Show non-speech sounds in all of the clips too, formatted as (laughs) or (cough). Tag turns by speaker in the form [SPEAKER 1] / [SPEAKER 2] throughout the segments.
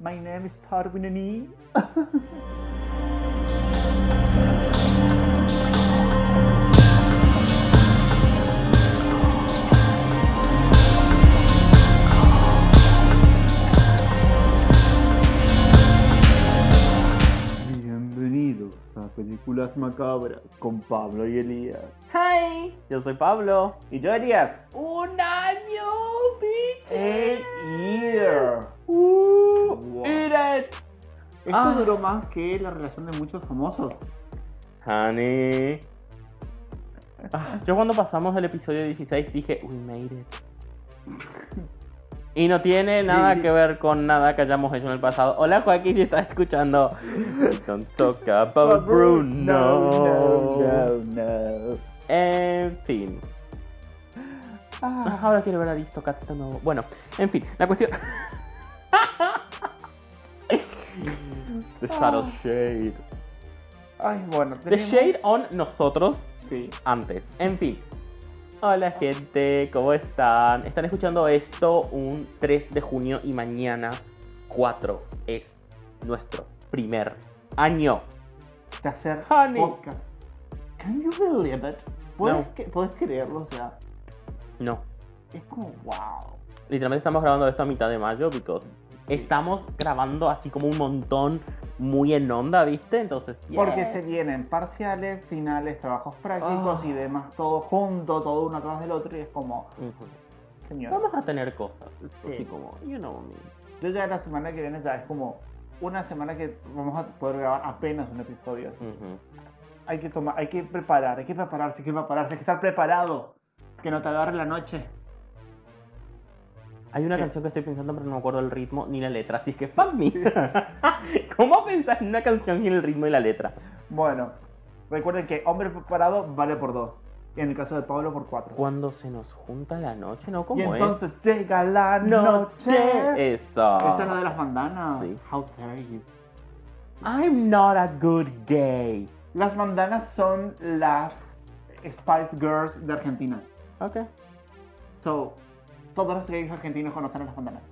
[SPEAKER 1] My name is Tarwinani. Bienvenidos a Películas Macabras con Pablo y Elías.
[SPEAKER 2] ¡Hi!
[SPEAKER 1] Yo soy Pablo. ¿Y yo, Elías?
[SPEAKER 2] ¡Un año, bitch!
[SPEAKER 1] Eight year.
[SPEAKER 2] ¡Uh!
[SPEAKER 1] Wow.
[SPEAKER 2] ¡Eat it!
[SPEAKER 1] Esto
[SPEAKER 2] Ah.
[SPEAKER 1] duró más que la relación de muchos famosos.
[SPEAKER 3] Honey. Ah, Yo cuando pasamos el episodio 16 dije, we made it. Y no tiene nada que ver con nada que hayamos hecho en el pasado. Hola Joaquín, si estás escuchando. Don't talk about Bruno.
[SPEAKER 1] No, no, no.
[SPEAKER 3] En fin. Ah,
[SPEAKER 1] Ah,
[SPEAKER 3] Ahora quiero ver Aristocats de nuevo. Bueno, en fin, la cuestión. (laughs) The subtle shade.
[SPEAKER 1] Ay, bueno,
[SPEAKER 3] Ah. The
[SPEAKER 1] tenemos-
[SPEAKER 3] shade on nosotros.
[SPEAKER 1] Sí.
[SPEAKER 3] antes. En fin. Hola gente, ¿cómo están? Están escuchando esto un 3 de junio y mañana 4 es nuestro primer año.
[SPEAKER 1] De hacer
[SPEAKER 3] Honey.
[SPEAKER 1] podcast. Can you believe it? ¿Puedes,
[SPEAKER 3] No.
[SPEAKER 1] que- puedes creerlo? O sea,
[SPEAKER 3] No,
[SPEAKER 1] es como wow.
[SPEAKER 3] literalmente estamos grabando esto a mitad de mayo because estamos grabando así como un montón muy en onda, ¿viste? Entonces, yeah.
[SPEAKER 1] Porque se vienen parciales, finales, trabajos prácticos
[SPEAKER 3] Ah.
[SPEAKER 1] y demás, todo junto, todo uno atrás del otro y es como,
[SPEAKER 3] Ujú.
[SPEAKER 1] señor.
[SPEAKER 3] Vamos a tener cosas. Así
[SPEAKER 1] Sí.
[SPEAKER 3] como, you know me.
[SPEAKER 1] Yo ya la semana que viene ya es como una semana que vamos a poder grabar apenas un episodio.
[SPEAKER 3] Ujú.
[SPEAKER 1] Hay que tomar, hay que preparar, hay que prepararse, hay que prepararse, hay que estar preparado. Que no te agarre la noche.
[SPEAKER 3] Hay una
[SPEAKER 1] ¿Qué?
[SPEAKER 3] canción que estoy pensando, pero no me acuerdo el ritmo ni la letra, así es que fuck me. (laughs) ¿Cómo pensás en una canción sin el ritmo y la letra?
[SPEAKER 1] Bueno, recuerden que hombre preparado vale por dos. Y en el caso de Pablo por cuatro.
[SPEAKER 3] Cuando se nos junta la noche, ¿no? ¿Cómo
[SPEAKER 1] y entonces llega la
[SPEAKER 3] es?
[SPEAKER 1] noche.
[SPEAKER 3] Eso.
[SPEAKER 1] Esa es la de las bandanas.
[SPEAKER 3] ah. Sí.
[SPEAKER 1] How dare you.
[SPEAKER 3] I'm not a good gay.
[SPEAKER 1] Las bandanas son las Spice Girls de Argentina.
[SPEAKER 3] Ok.
[SPEAKER 1] So, todos los gays argentinos conocen a las bandanas.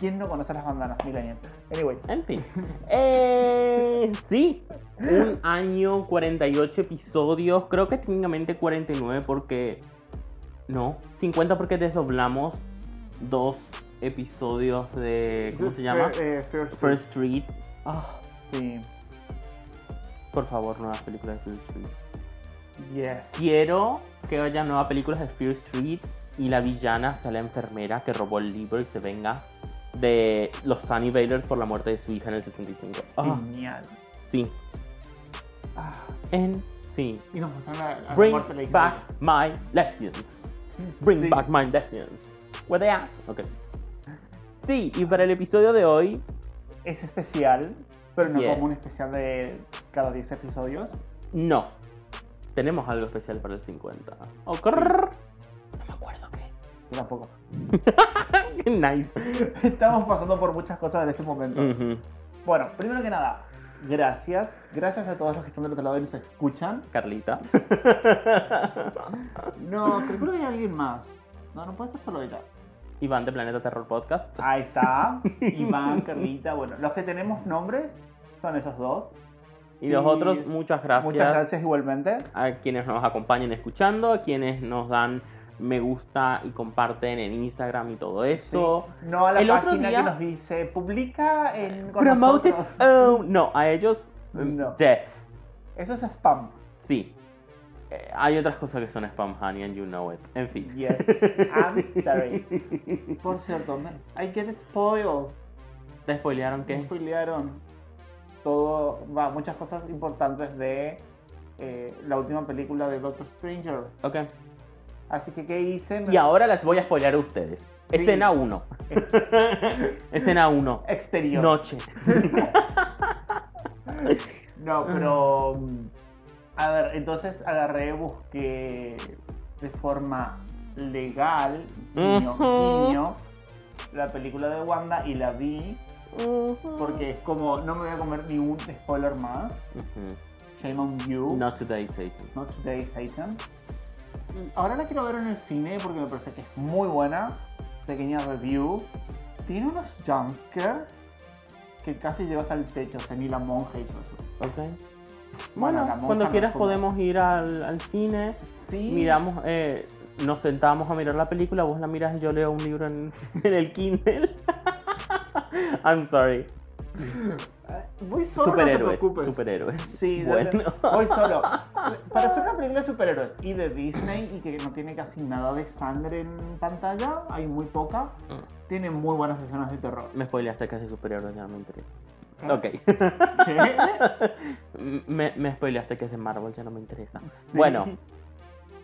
[SPEAKER 1] ¿Quién no conoce las bandanas, Millennial? Anyway,
[SPEAKER 3] En fin. Eh, sí. Un año, 48 episodios. Creo que técnicamente 49 porque... No, 50 porque desdoblamos dos episodios de... ¿Cómo se llama?
[SPEAKER 1] Fir- eh, First,
[SPEAKER 3] First Street. Ah,
[SPEAKER 1] Sí.
[SPEAKER 3] por favor, nuevas películas de First Street.
[SPEAKER 1] Yes.
[SPEAKER 3] Quiero que haya nuevas películas de Fear Street y la villana sea la enfermera que robó el libro y se venga de los Sunny Bailers por la muerte de su hija en el 65. Ah,
[SPEAKER 1] Genial.
[SPEAKER 3] sí.
[SPEAKER 1] Ah,
[SPEAKER 3] En fin.
[SPEAKER 1] y nos mostraron a, a
[SPEAKER 3] Bring
[SPEAKER 1] muerte la hija
[SPEAKER 3] back my legends. Bring
[SPEAKER 1] Sí.
[SPEAKER 3] back my legends. Where they are. Ok. Sí, y para el episodio de hoy,
[SPEAKER 1] de- Es especial, pero no
[SPEAKER 3] Yes.
[SPEAKER 1] como un especial de cada 10 episodios.
[SPEAKER 3] no. Tenemos algo especial para el 50. Oh, crrr. No me acuerdo qué.
[SPEAKER 1] Yo tampoco.
[SPEAKER 3] Qué (laughs) nice.
[SPEAKER 1] Estamos pasando por muchas cosas en este momento.
[SPEAKER 3] Ujú.
[SPEAKER 1] Bueno, primero que nada, gracias. Gracias a todos los que están del otro lado y nos escuchan.
[SPEAKER 3] Carlita.
[SPEAKER 1] No, pero creo que hay alguien más. No, no puede ser solo ella.
[SPEAKER 3] Iván de Planeta Terror Podcast.
[SPEAKER 1] Ahí está. Iván, Carlita. Bueno, los que tenemos nombres son esos dos.
[SPEAKER 3] Y los
[SPEAKER 1] Sí.
[SPEAKER 3] otros, muchas gracias,
[SPEAKER 1] Muchas gracias igualmente.
[SPEAKER 3] a quienes nos acompañan escuchando, a quienes nos dan me gusta y comparten en Instagram y todo eso.
[SPEAKER 1] No a la
[SPEAKER 3] El otro
[SPEAKER 1] página
[SPEAKER 3] día-
[SPEAKER 1] que nos dice publica en con
[SPEAKER 3] Promote it.
[SPEAKER 1] nosotros".
[SPEAKER 3] Oh, no, a ellos. mm,
[SPEAKER 1] No.
[SPEAKER 3] Death.
[SPEAKER 1] Eso es spam.
[SPEAKER 3] Sí. Eh, hay otras cosas que son spam, honey, and you know it. En fin.
[SPEAKER 1] Yes. I'm sorry. Por cierto, me- I get spoiled.
[SPEAKER 3] ¿Te spoilearon
[SPEAKER 1] Me
[SPEAKER 3] qué?
[SPEAKER 1] spoilearon todo, va, muchas cosas importantes de eh, la última película de Doctor Stranger.
[SPEAKER 3] Ok.
[SPEAKER 1] Así que, ¿qué hice? Me-
[SPEAKER 3] Y ahora las voy a spoilear a ustedes.
[SPEAKER 1] Sí. (laughs)
[SPEAKER 3] Escena 1. Escena 1.
[SPEAKER 1] Exterior.
[SPEAKER 3] Noche.
[SPEAKER 1] No, pero. mm, A ver, entonces agarré, busqué de forma legal, guiño,
[SPEAKER 3] Ujú.
[SPEAKER 1] guiño, la película de Wanda y la vi, porque es como, no me voy a comer ni un spoiler más.
[SPEAKER 3] Ujú.
[SPEAKER 1] Shame on you.
[SPEAKER 3] Not today, Satan.
[SPEAKER 1] Not Today, Satan. Mm, Ahora la quiero ver en el cine porque me parece que es muy buena. Pequeña review. Tiene unos jumpscares que casi llegó hasta el techo, o sea, ni la monja hizo eso.
[SPEAKER 3] Ok.
[SPEAKER 1] Bueno,
[SPEAKER 3] Bueno,
[SPEAKER 1] la monja
[SPEAKER 3] cuando
[SPEAKER 1] nos
[SPEAKER 3] quieras
[SPEAKER 1] fue-
[SPEAKER 3] podemos ir al, al cine,
[SPEAKER 1] Sí.
[SPEAKER 3] miramos, eh, nos sentamos a mirar la película, vos la miras y yo leo un libro en, (laughs) en el Kindle. (laughs) I'm sorry.
[SPEAKER 1] Voy solo, no te
[SPEAKER 3] Superhéroes.
[SPEAKER 1] preocupes.
[SPEAKER 3] Superhéroes.
[SPEAKER 1] Sí,
[SPEAKER 3] Eh, Bueno.
[SPEAKER 1] dale. voy solo. Para hacer una película de superhéroes y de Disney y que no tiene casi nada de sangre en pantalla, hay muy poca,
[SPEAKER 3] Mm.
[SPEAKER 1] tiene muy buenas escenas de terror.
[SPEAKER 3] Me spoileaste casi superhéroes, ya no me interesa.
[SPEAKER 1] Ah. (laughs)
[SPEAKER 3] Ok. (laughs)
[SPEAKER 1] ¿Qué?
[SPEAKER 3] me, me spoileaste que es de Marvel, ya no me interesa.
[SPEAKER 1] (laughs)
[SPEAKER 3] Bueno,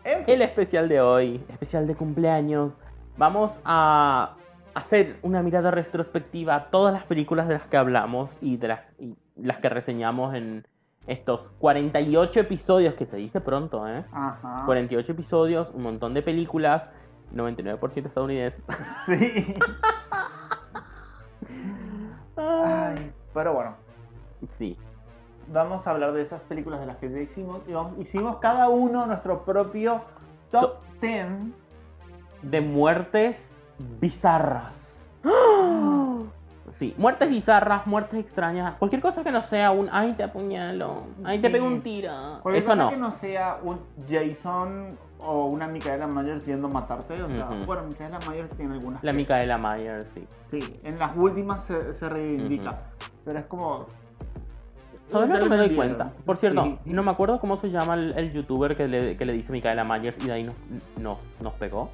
[SPEAKER 1] En fin.
[SPEAKER 3] el especial de hoy, especial de cumpleaños, vamos a hacer una mirada retrospectiva a todas las películas de las que hablamos y de las, y las que reseñamos en estos 48 episodios, que se dice pronto, ¿eh?
[SPEAKER 1] Ajá.
[SPEAKER 3] 48 episodios, un montón de películas, 99% estadounidenses. (laughs)
[SPEAKER 1] Sí.
[SPEAKER 3] Ay,
[SPEAKER 1] Ay, pero bueno,
[SPEAKER 3] sí,
[SPEAKER 1] vamos a hablar de esas películas de las que ya hicimos y vamos- hicimos cada uno nuestro propio top 10
[SPEAKER 3] de muertes bizarras. Sí, muertes bizarras, muertes extrañas, cualquier cosa que no sea un ay te apuñalo, ay te
[SPEAKER 1] Sí.
[SPEAKER 3] pego un tiro.
[SPEAKER 1] Cualquier
[SPEAKER 3] Eso
[SPEAKER 1] cosa
[SPEAKER 3] no.
[SPEAKER 1] que no sea un Jason o una Micaela Myers yendo a matarte. O sea,
[SPEAKER 3] Ujú.
[SPEAKER 1] bueno, Micaela Myers tiene algunas.
[SPEAKER 3] La
[SPEAKER 1] que-
[SPEAKER 3] Micaela Mayer, sí.
[SPEAKER 1] Sí, en las últimas se, se reivindica. Pero es como.
[SPEAKER 3] Todo
[SPEAKER 1] Ya
[SPEAKER 3] lo que
[SPEAKER 1] lo
[SPEAKER 3] me doy
[SPEAKER 1] entendieron.
[SPEAKER 3] cuenta. Por cierto,
[SPEAKER 1] Sí.
[SPEAKER 3] no me acuerdo cómo se llama el, el youtuber que le, que le dice Micaela Mayer y de ahí nos, nos, nos pegó.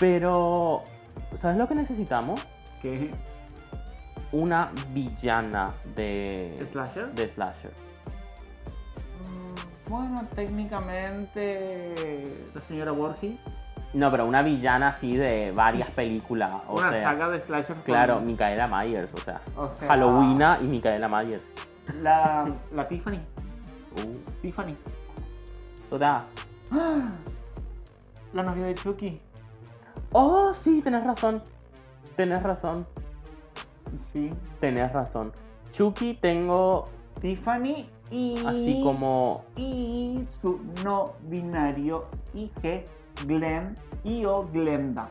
[SPEAKER 3] Pero, ¿sabes lo que necesitamos?
[SPEAKER 1] ¿Qué?
[SPEAKER 3] Una villana de,
[SPEAKER 1] ¿Slasher?
[SPEAKER 3] de Slasher.
[SPEAKER 1] Mm, Bueno, técnicamente. La señora Borges.
[SPEAKER 3] No, pero una villana así de varias películas. O
[SPEAKER 1] una
[SPEAKER 3] sea,
[SPEAKER 1] saga de slasher. con-
[SPEAKER 3] claro, Micaela Myers, o sea.
[SPEAKER 1] o sea,
[SPEAKER 3] Halloweena y Micaela Mayer.
[SPEAKER 1] La, la Tiffany.
[SPEAKER 3] Uh,
[SPEAKER 1] Tiffany.
[SPEAKER 3] toda.
[SPEAKER 1] La novia de Chucky.
[SPEAKER 3] Oh, sí, tenés razón. Tenés razón.
[SPEAKER 1] Sí.
[SPEAKER 3] Tenés razón. Chucky tengo
[SPEAKER 1] Tiffany y.
[SPEAKER 3] así como.
[SPEAKER 1] y su no binario IG Glenn y o Glenda.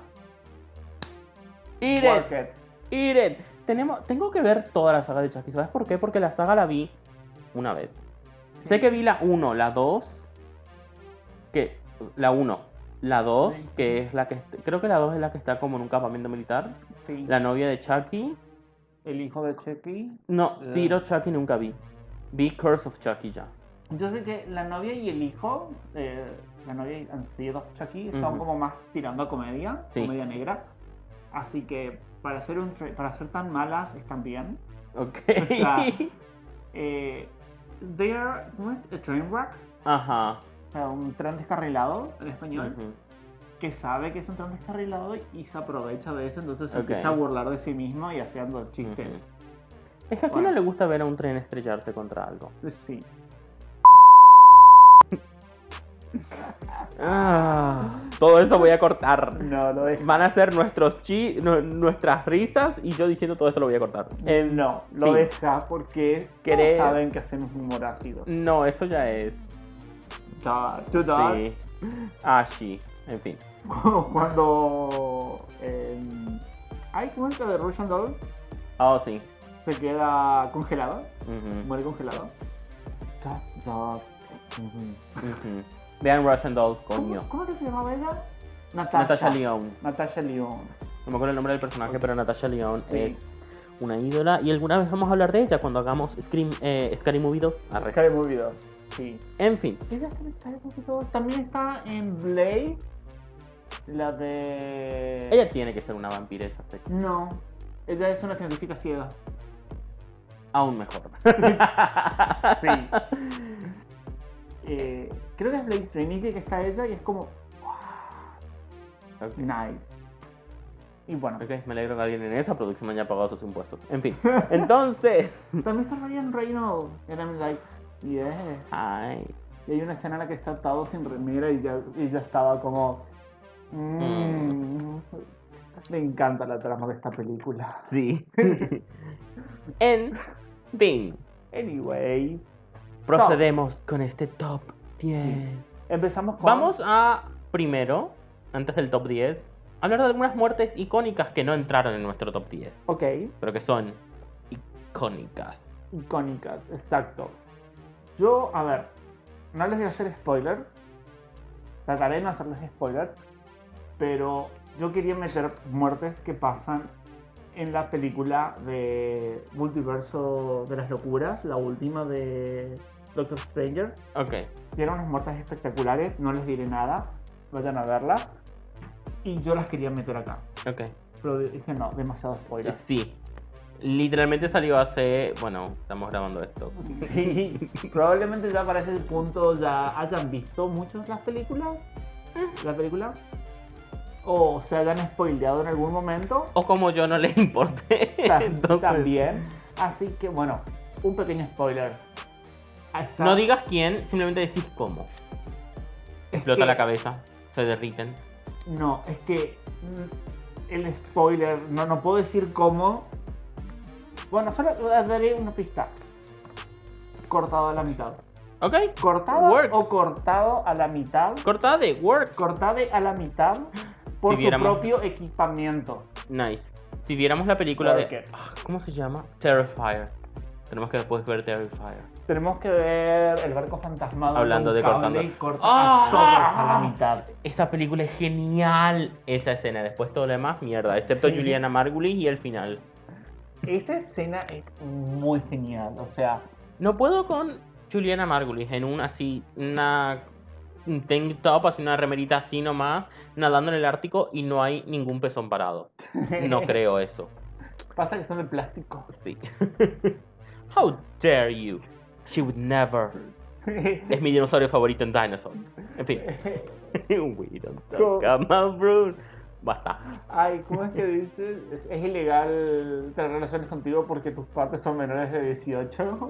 [SPEAKER 3] Eat it,
[SPEAKER 1] Work it.
[SPEAKER 3] eat it. Tenemos, tengo que ver toda la saga de Chucky. ¿Sabes por qué? Porque la saga la vi una vez. Sé que vi la 1, la 2. Que. La 1. La 2,
[SPEAKER 1] Sí.
[SPEAKER 3] que es la que. Creo que la 2 es la que está como en un campamento militar.
[SPEAKER 1] Sí.
[SPEAKER 3] La novia de Chucky.
[SPEAKER 1] El hijo de Chucky.
[SPEAKER 3] No,
[SPEAKER 1] Eh.
[SPEAKER 3] Zero Chucky nunca vi. Vi Curse of Chucky ya.
[SPEAKER 1] Yo sé que la novia y el hijo, eh, la novia y han sido Chucky, son
[SPEAKER 3] Ujú.
[SPEAKER 1] como más tirando a comedia,
[SPEAKER 3] Sí.
[SPEAKER 1] comedia negra. Así que para ser, un, tra- para ser tan malas están bien.
[SPEAKER 3] Ok.
[SPEAKER 1] sea, Eh, they're, ¿cómo es? A train wreck,
[SPEAKER 3] Ajá.
[SPEAKER 1] o sea, un tren descarrilado en español.
[SPEAKER 3] Ujú.
[SPEAKER 1] que sabe que es un tren descarrilado y se aprovecha de eso, entonces se
[SPEAKER 3] Ok.
[SPEAKER 1] empieza a burlar de sí mismo y haciendo chistes.
[SPEAKER 3] Ujú. Es que a quién
[SPEAKER 1] Bueno.
[SPEAKER 3] no le gusta ver a un tren estrellarse contra algo.
[SPEAKER 1] Sí.
[SPEAKER 3] Ah, todo eso voy a cortar.
[SPEAKER 1] No, lo dejo.
[SPEAKER 3] Van a ser nuestros chi nu- nuestras risas y yo diciendo todo esto lo voy a cortar. Eh,
[SPEAKER 1] no, lo
[SPEAKER 3] sí.
[SPEAKER 1] deja porque
[SPEAKER 3] ¿Querés?
[SPEAKER 1] todos saben que hacemos humor ácido.
[SPEAKER 3] no, eso ya es.
[SPEAKER 1] Ya, tú ya-
[SPEAKER 3] Sí. Ah, sí. En fin.
[SPEAKER 1] (laughs) Cuando. em, Ay, ¿cómo es que de Russian Doll?
[SPEAKER 3] Oh, sí.
[SPEAKER 1] Se queda congelado,
[SPEAKER 3] Ujú,
[SPEAKER 1] muere congelado. Just Dog. Ujú.
[SPEAKER 3] ujú. Vean Russian Doll, coño.
[SPEAKER 1] ¿Cómo, cómo que se llamaba ella?
[SPEAKER 3] Natasha León.
[SPEAKER 1] Natasha León.
[SPEAKER 3] No me acuerdo el nombre del personaje, pero Natasha León
[SPEAKER 1] Sí.
[SPEAKER 3] es una ídola. Y alguna vez vamos a hablar de ella cuando hagamos Scream, eh, Scary Movie 2. Arre.
[SPEAKER 1] Cara movido. Sí.
[SPEAKER 3] En fin.
[SPEAKER 1] Ella está en Star Wars y todo. También está en Blade. La de.
[SPEAKER 3] Ella tiene que ser una vampiresa sexy.
[SPEAKER 1] No. Ella es una científica ciega.
[SPEAKER 3] Aún mejor.
[SPEAKER 1] (laughs) Sí. Eh, creo que es Blade Trinity que está ella y es como.
[SPEAKER 3] Ok.
[SPEAKER 1] Nice. Y (laughs) bueno.
[SPEAKER 3] Ok, me alegro que alguien en esa producción haya pagado sus impuestos. En fin.
[SPEAKER 1] (laughs)
[SPEAKER 3] Entonces.
[SPEAKER 1] También está Ryan Reynolds. And I'm like, yeah.
[SPEAKER 3] Ay.
[SPEAKER 1] Y hay una escena en la que está atado sin remera y ya, y ya estaba como. mm. Me encanta la trama de esta película.
[SPEAKER 3] Sí. en fin.
[SPEAKER 1] Anyway.
[SPEAKER 3] Procedemos con este top 10.
[SPEAKER 1] Empezamos con.
[SPEAKER 3] Vamos a primero, antes del top 10, hablar de algunas muertes icónicas que no entraron en nuestro top 10,
[SPEAKER 1] Ok,
[SPEAKER 3] pero que son icónicas.
[SPEAKER 1] icónicas, exacto. Yo, a ver, no les voy a hacer spoiler. Trataré de no hacerles spoiler. Pero yo quería meter muertes que pasan en la película de Multiverso de las Locuras, la última de Doctor Stranger.
[SPEAKER 3] Ok.
[SPEAKER 1] Tienen unas muertes espectaculares, no les diré nada, vayan a verlas. Y yo las quería meter acá.
[SPEAKER 3] Ok.
[SPEAKER 1] Pero dije no, demasiado spoiler.
[SPEAKER 3] Sí. Literalmente salió hace. Bueno, estamos grabando esto.
[SPEAKER 1] Sí, probablemente ya para ese punto ya hayan visto muchos las películas.
[SPEAKER 3] Eh.
[SPEAKER 1] La película. O se hayan spoileado en algún
[SPEAKER 3] (laughs)
[SPEAKER 1] momento.
[SPEAKER 3] O como yo no les importe.
[SPEAKER 1] ta-
[SPEAKER 3] Entonces,
[SPEAKER 1] También. Así que bueno, un pequeño spoiler. Ah, está-
[SPEAKER 3] No digas quién, simplemente decís cómo.
[SPEAKER 1] es
[SPEAKER 3] Explota
[SPEAKER 1] que-
[SPEAKER 3] la cabeza, se derriten.
[SPEAKER 1] No, es que mm, el spoiler, no, no puedo decir cómo. Bueno, solo daré una pista. Cortado a la mitad.
[SPEAKER 3] Ok.
[SPEAKER 1] Cortado
[SPEAKER 3] Work.
[SPEAKER 1] o cortado a la mitad.
[SPEAKER 3] Cortada de work.
[SPEAKER 1] cortade a la mitad por
[SPEAKER 3] Si
[SPEAKER 1] su
[SPEAKER 3] viéramos-
[SPEAKER 1] propio equipamiento.
[SPEAKER 3] Nice. Si viéramos la película de.
[SPEAKER 1] Worker.
[SPEAKER 3] Ah, ¿Cómo se llama? Terrifier. Tenemos que después ver Terrifier.
[SPEAKER 1] Tenemos que ver el barco fantasmado.
[SPEAKER 3] Hablando
[SPEAKER 1] con
[SPEAKER 3] de
[SPEAKER 1] cable
[SPEAKER 3] cortando.
[SPEAKER 1] Y corta
[SPEAKER 3] ¡Ah!
[SPEAKER 1] a todos a la mitad.
[SPEAKER 3] Esa película es genial. Esa escena, después todo lo demás, mierda. Excepto
[SPEAKER 1] Sí.
[SPEAKER 3] Juliana Margulis y el final.
[SPEAKER 1] Esa escena es muy genial. O sea,
[SPEAKER 3] No puedo con Juliana Margulis en una así, una un tank top, así una remerita así nomás, nadando en el Ártico y no hay ningún pezón parado.
[SPEAKER 1] (laughs)
[SPEAKER 3] (laughs) No creo eso.
[SPEAKER 1] pasa que son de
[SPEAKER 3] (laughs)
[SPEAKER 1] plástico.
[SPEAKER 3] Sí. How dare you? She would never. Es mi dinosaurio favorito en Dinosaur. En fin. (laughs) We don't talk about Bruno. Basta.
[SPEAKER 1] Ay, ¿cómo es que dices? Es, es ilegal tener relaciones contigo porque tus partes son menores de 18.
[SPEAKER 3] Ujú.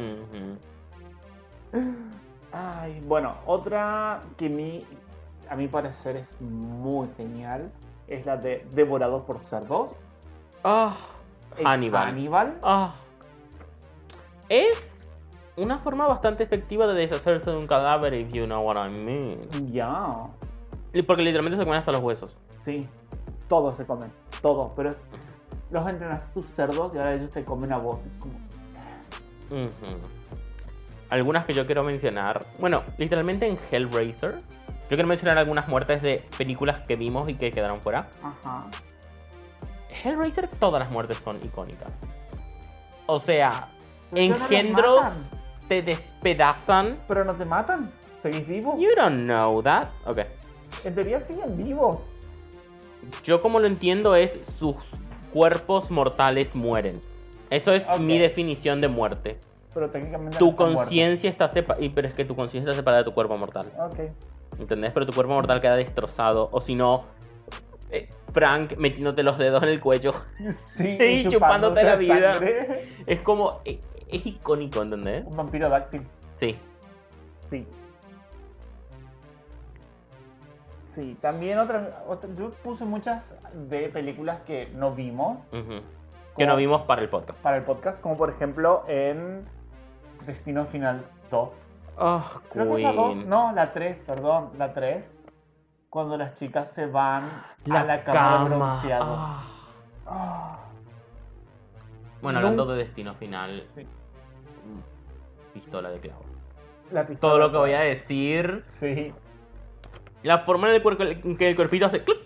[SPEAKER 1] Ay, bueno, otra que a mí, a mi parecer es muy genial es la de Devorado por Cerdos.
[SPEAKER 3] Ah,
[SPEAKER 1] Es
[SPEAKER 3] Hannibal.
[SPEAKER 1] Hannibal.
[SPEAKER 3] Ah. Es una forma bastante efectiva de deshacerse de un cadáver, if you know what I mean.
[SPEAKER 1] Ya.
[SPEAKER 3] Y Porque literalmente se comen hasta los huesos.
[SPEAKER 1] Sí. Todos se comen. Todos. Pero es- los entrenaste tus cerdos y ahora ellos te comen a vos. Es como.
[SPEAKER 3] Ujú. Algunas que yo quiero mencionar. Bueno, literalmente en Hellraiser. Yo quiero mencionar algunas muertes de películas que vimos y que quedaron fuera.
[SPEAKER 1] Ajá.
[SPEAKER 3] Hellraiser, todas las muertes son icónicas. O sea,
[SPEAKER 1] Pero no los
[SPEAKER 3] engendros
[SPEAKER 1] matan,
[SPEAKER 3] te despedazan.
[SPEAKER 1] pero no te matan. Seguís vivo.
[SPEAKER 3] You don't know that. Ok.
[SPEAKER 1] En teoría siguen vivos.
[SPEAKER 3] Yo como lo entiendo es sus cuerpos mortales mueren. Eso es
[SPEAKER 1] Ok.
[SPEAKER 3] mi definición de muerte.
[SPEAKER 1] Pero técnicamente. no
[SPEAKER 3] Tu
[SPEAKER 1] están
[SPEAKER 3] conciencia está separada. Pero es que tu conciencia está separada de tu cuerpo mortal.
[SPEAKER 1] muertos. Ok.
[SPEAKER 3] ¿Entendés? Pero tu cuerpo mortal queda destrozado. O si no, eh, Frank metiéndote los dedos en el cuello.
[SPEAKER 1] (laughs)
[SPEAKER 3] (laughs)
[SPEAKER 1] Sí,
[SPEAKER 3] Sí,
[SPEAKER 1] y
[SPEAKER 3] chupándote la vida.
[SPEAKER 1] sangre. (laughs)
[SPEAKER 3] Es como. eh, Es, icónico, ¿entendés?
[SPEAKER 1] Un vampiro dáctil.
[SPEAKER 3] Sí.
[SPEAKER 1] Sí. Sí, también otra, otra- Yo puse muchas de películas que no vimos.
[SPEAKER 3] ujú. Que no
[SPEAKER 1] Como-
[SPEAKER 3] vimos para el podcast.
[SPEAKER 1] para el podcast, como por ejemplo en Destino Final 2.
[SPEAKER 3] Oh,
[SPEAKER 1] Ah, Creo que es la dos-
[SPEAKER 3] Queen.
[SPEAKER 1] no, la 3, perdón, la 3. Cuando las chicas se van a la cama, de bronceado.
[SPEAKER 3] Ah.
[SPEAKER 1] Ah,
[SPEAKER 3] Bueno,
[SPEAKER 1] Nun-
[SPEAKER 3] hablando de destino final.
[SPEAKER 1] Sí.
[SPEAKER 3] mm, Pistola de clavo.
[SPEAKER 1] la pistola.
[SPEAKER 3] Todo lo que voy a decir.
[SPEAKER 1] Sí.
[SPEAKER 3] La forma en, el cuerpo- en que el cuerpito hace. clic.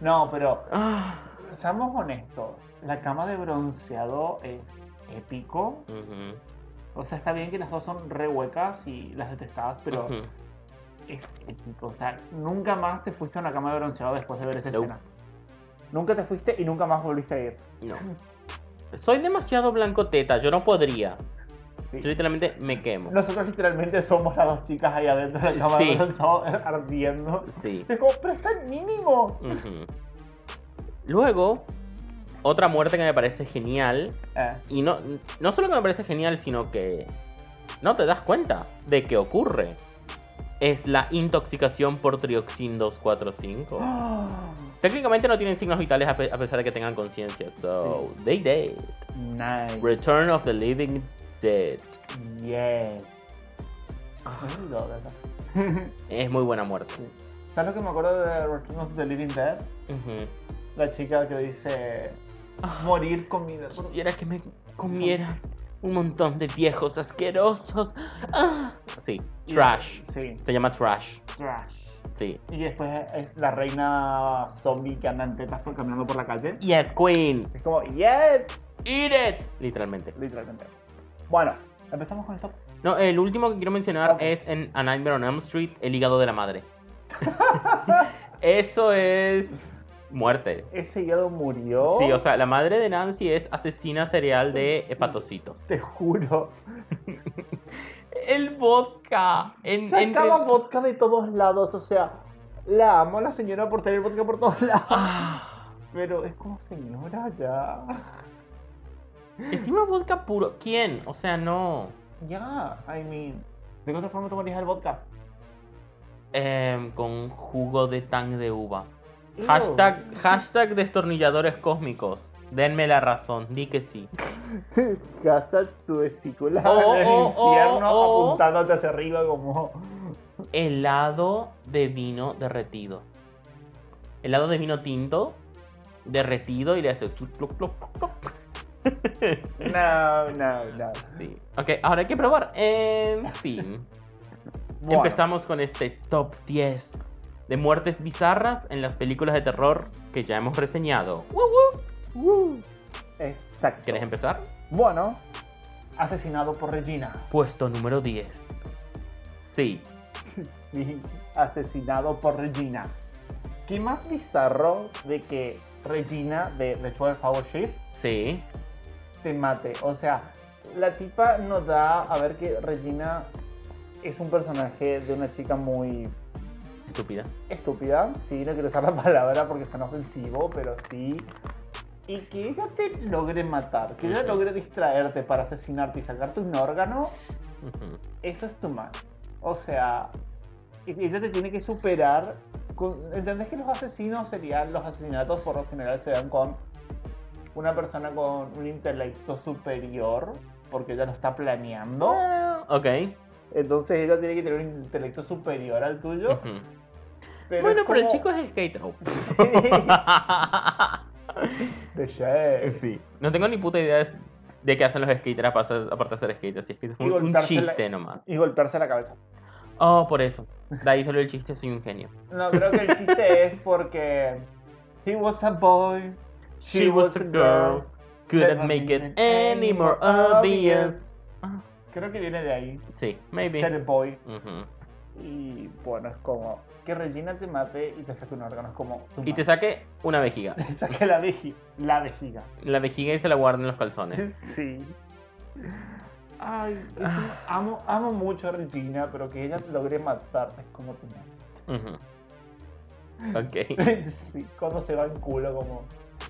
[SPEAKER 1] No, pero
[SPEAKER 3] Ah.
[SPEAKER 1] seamos honestos. La cama de bronceado es épico.
[SPEAKER 3] Ujú,
[SPEAKER 1] O sea, está bien que las dos son re huecas y las detestadas, pero
[SPEAKER 3] ujú.
[SPEAKER 1] es épico. O sea, nunca más te fuiste a una cama de bronceado después de ver esa
[SPEAKER 3] Nope.
[SPEAKER 1] escena. Nunca te fuiste y nunca más volviste a ir.
[SPEAKER 3] No. Soy demasiado blanco teta, yo no podría.
[SPEAKER 1] Sí.
[SPEAKER 3] Yo literalmente me quemo.
[SPEAKER 1] Nosotros literalmente somos las dos chicas ahí adentro de la cama
[SPEAKER 3] Sí.
[SPEAKER 1] de bronceado eh, ardiendo.
[SPEAKER 3] Sí.
[SPEAKER 1] Es como, pero está el mínimo.
[SPEAKER 3] Ujú. Luego, otra muerte que me parece genial.
[SPEAKER 1] Eh,
[SPEAKER 3] Y no, no solo que me parece genial, sino que no te das cuenta de que ocurre. Es la intoxicación por trioxin 245. Técnicamente no tienen signos vitales a, pe- a pesar de que tengan conciencia. So, they did.
[SPEAKER 1] (gasps) nice.
[SPEAKER 3] Return of the Living Dead.
[SPEAKER 1] Yeah. Ay, no, de verdad.
[SPEAKER 3] Es muy buena muerte.
[SPEAKER 1] ¿Sabes lo que me acuerdo de Return of the Living Dead?
[SPEAKER 3] Ujú.
[SPEAKER 1] La chica que dice morir comida. por-
[SPEAKER 3] Quisiera que me comiera un montón de viejos asquerosos. Ah. Sí, trash.
[SPEAKER 1] Sí,
[SPEAKER 3] Se llama trash.
[SPEAKER 1] trash.
[SPEAKER 3] Sí.
[SPEAKER 1] Y después es la reina zombie que anda en tetas por- caminando por la calle.
[SPEAKER 3] Yes, queen.
[SPEAKER 1] Es como, yes,
[SPEAKER 3] Eat it. Literalmente.
[SPEAKER 1] literalmente. Bueno, empezamos con el top.
[SPEAKER 3] No, el último que quiero mencionar
[SPEAKER 1] Ok.
[SPEAKER 3] es en A Nightmare on Elm Street, el hígado de la madre. (laughs) Eso es muerte.
[SPEAKER 1] Ese hígado murió.
[SPEAKER 3] Sí, o sea, la madre de Nancy es asesina serial de hepatocitos.
[SPEAKER 1] Te juro.
[SPEAKER 3] El vodka. En,
[SPEAKER 1] Sacaba
[SPEAKER 3] entre-
[SPEAKER 1] vodka de todos lados, o sea, la amo a la señora por tener vodka por todos lados.
[SPEAKER 3] Ah,
[SPEAKER 1] Pero es como señora ya.
[SPEAKER 3] encima vodka puro. ¿Quién? O sea, no.
[SPEAKER 1] Ya, I mean. ¿De qué otra forma tomarías el vodka?
[SPEAKER 3] Em, con jugo de tang de uva.
[SPEAKER 1] Ew.
[SPEAKER 3] Hashtag, hashtag destornilladores cósmicos. Denme la razón, di que sí.
[SPEAKER 1] Gasta tu vesícula
[SPEAKER 3] Oh,
[SPEAKER 1] en el
[SPEAKER 3] oh, oh,
[SPEAKER 1] infierno
[SPEAKER 3] oh.
[SPEAKER 1] apuntándote hacia arriba como.
[SPEAKER 3] helado de vino derretido. Helado de vino tinto derretido y le hace tlup, tlup, tlup, tlup.
[SPEAKER 1] No, no, no.
[SPEAKER 3] Sí. Ok, ahora hay que probar. En fin.
[SPEAKER 1] Bueno,
[SPEAKER 3] Empezamos con este top 10 de muertes bizarras en las películas de terror que ya hemos reseñado.
[SPEAKER 1] Exacto.
[SPEAKER 3] ¿Quieres empezar?
[SPEAKER 1] Bueno, asesinado por Regina.
[SPEAKER 3] Puesto número 10. Sí.
[SPEAKER 1] y asesinado por Regina. ¿Qué más bizarro de que Regina de The 12 Hour Shift
[SPEAKER 3] Sí.
[SPEAKER 1] te mate? O sea, la tipa nos da a ver que Regina es un personaje de una chica muy
[SPEAKER 3] Estúpida.
[SPEAKER 1] estúpida. Sí, no quiero usar la (laughs) palabra porque suena ofensivo, pero sí. Y que ella te logre matar, que ella
[SPEAKER 3] Ujú.
[SPEAKER 1] logre distraerte para asesinarte y sacarte un órgano,
[SPEAKER 3] Ujú.
[SPEAKER 1] eso es tu mal. O sea, y- y ella te tiene que superar. con- ¿Entendés que los asesinos serían, los asesinatos por lo general se dan con una persona con un intelecto superior? Porque ella lo está planeando.
[SPEAKER 3] Ah. Ok.
[SPEAKER 1] Entonces ella tiene que tener un intelecto superior al tuyo.
[SPEAKER 3] Ujú.
[SPEAKER 1] pero
[SPEAKER 3] Bueno,
[SPEAKER 1] es
[SPEAKER 3] pero el
[SPEAKER 1] como-
[SPEAKER 3] chico es skater.
[SPEAKER 1] (laughs) De Shea.
[SPEAKER 3] (laughs) Sí. (laughs) No tengo ni puta idea de- de qué hacen los skaters aparte aparte de ser skaters. Si es que es
[SPEAKER 1] Y
[SPEAKER 3] un, un
[SPEAKER 1] golpearse la-
[SPEAKER 3] chiste nomás.
[SPEAKER 1] Y golpearse la cabeza.
[SPEAKER 3] Oh, por eso. De ahí solo el chiste, soy un genio.
[SPEAKER 1] No, creo que el chiste es porque. He was a boy.
[SPEAKER 3] She, was a girl. Couldn't
[SPEAKER 1] that
[SPEAKER 3] make
[SPEAKER 1] made
[SPEAKER 3] it any more obvious. Ah,
[SPEAKER 1] Creo que viene de ahí.
[SPEAKER 3] Sí,
[SPEAKER 1] Ser
[SPEAKER 3] maybe.
[SPEAKER 1] el boy.
[SPEAKER 3] Ujú.
[SPEAKER 1] Y bueno, es como. Que Regina te mate y te saque un órgano. Es como. tu
[SPEAKER 3] Y te
[SPEAKER 1] madre.
[SPEAKER 3] saque una vejiga.
[SPEAKER 1] Te (laughs) saque la vejiga. La
[SPEAKER 3] (laughs)
[SPEAKER 1] vejiga.
[SPEAKER 3] La vejiga y se la guarda en los calzones.
[SPEAKER 1] Sí. Ay, es que
[SPEAKER 3] Ah.
[SPEAKER 1] amo, amo mucho a Regina, pero que ella logre matar es como tu madre.
[SPEAKER 3] Ujú. Ok.
[SPEAKER 1] (laughs) Sí, cuando se va en culo, como.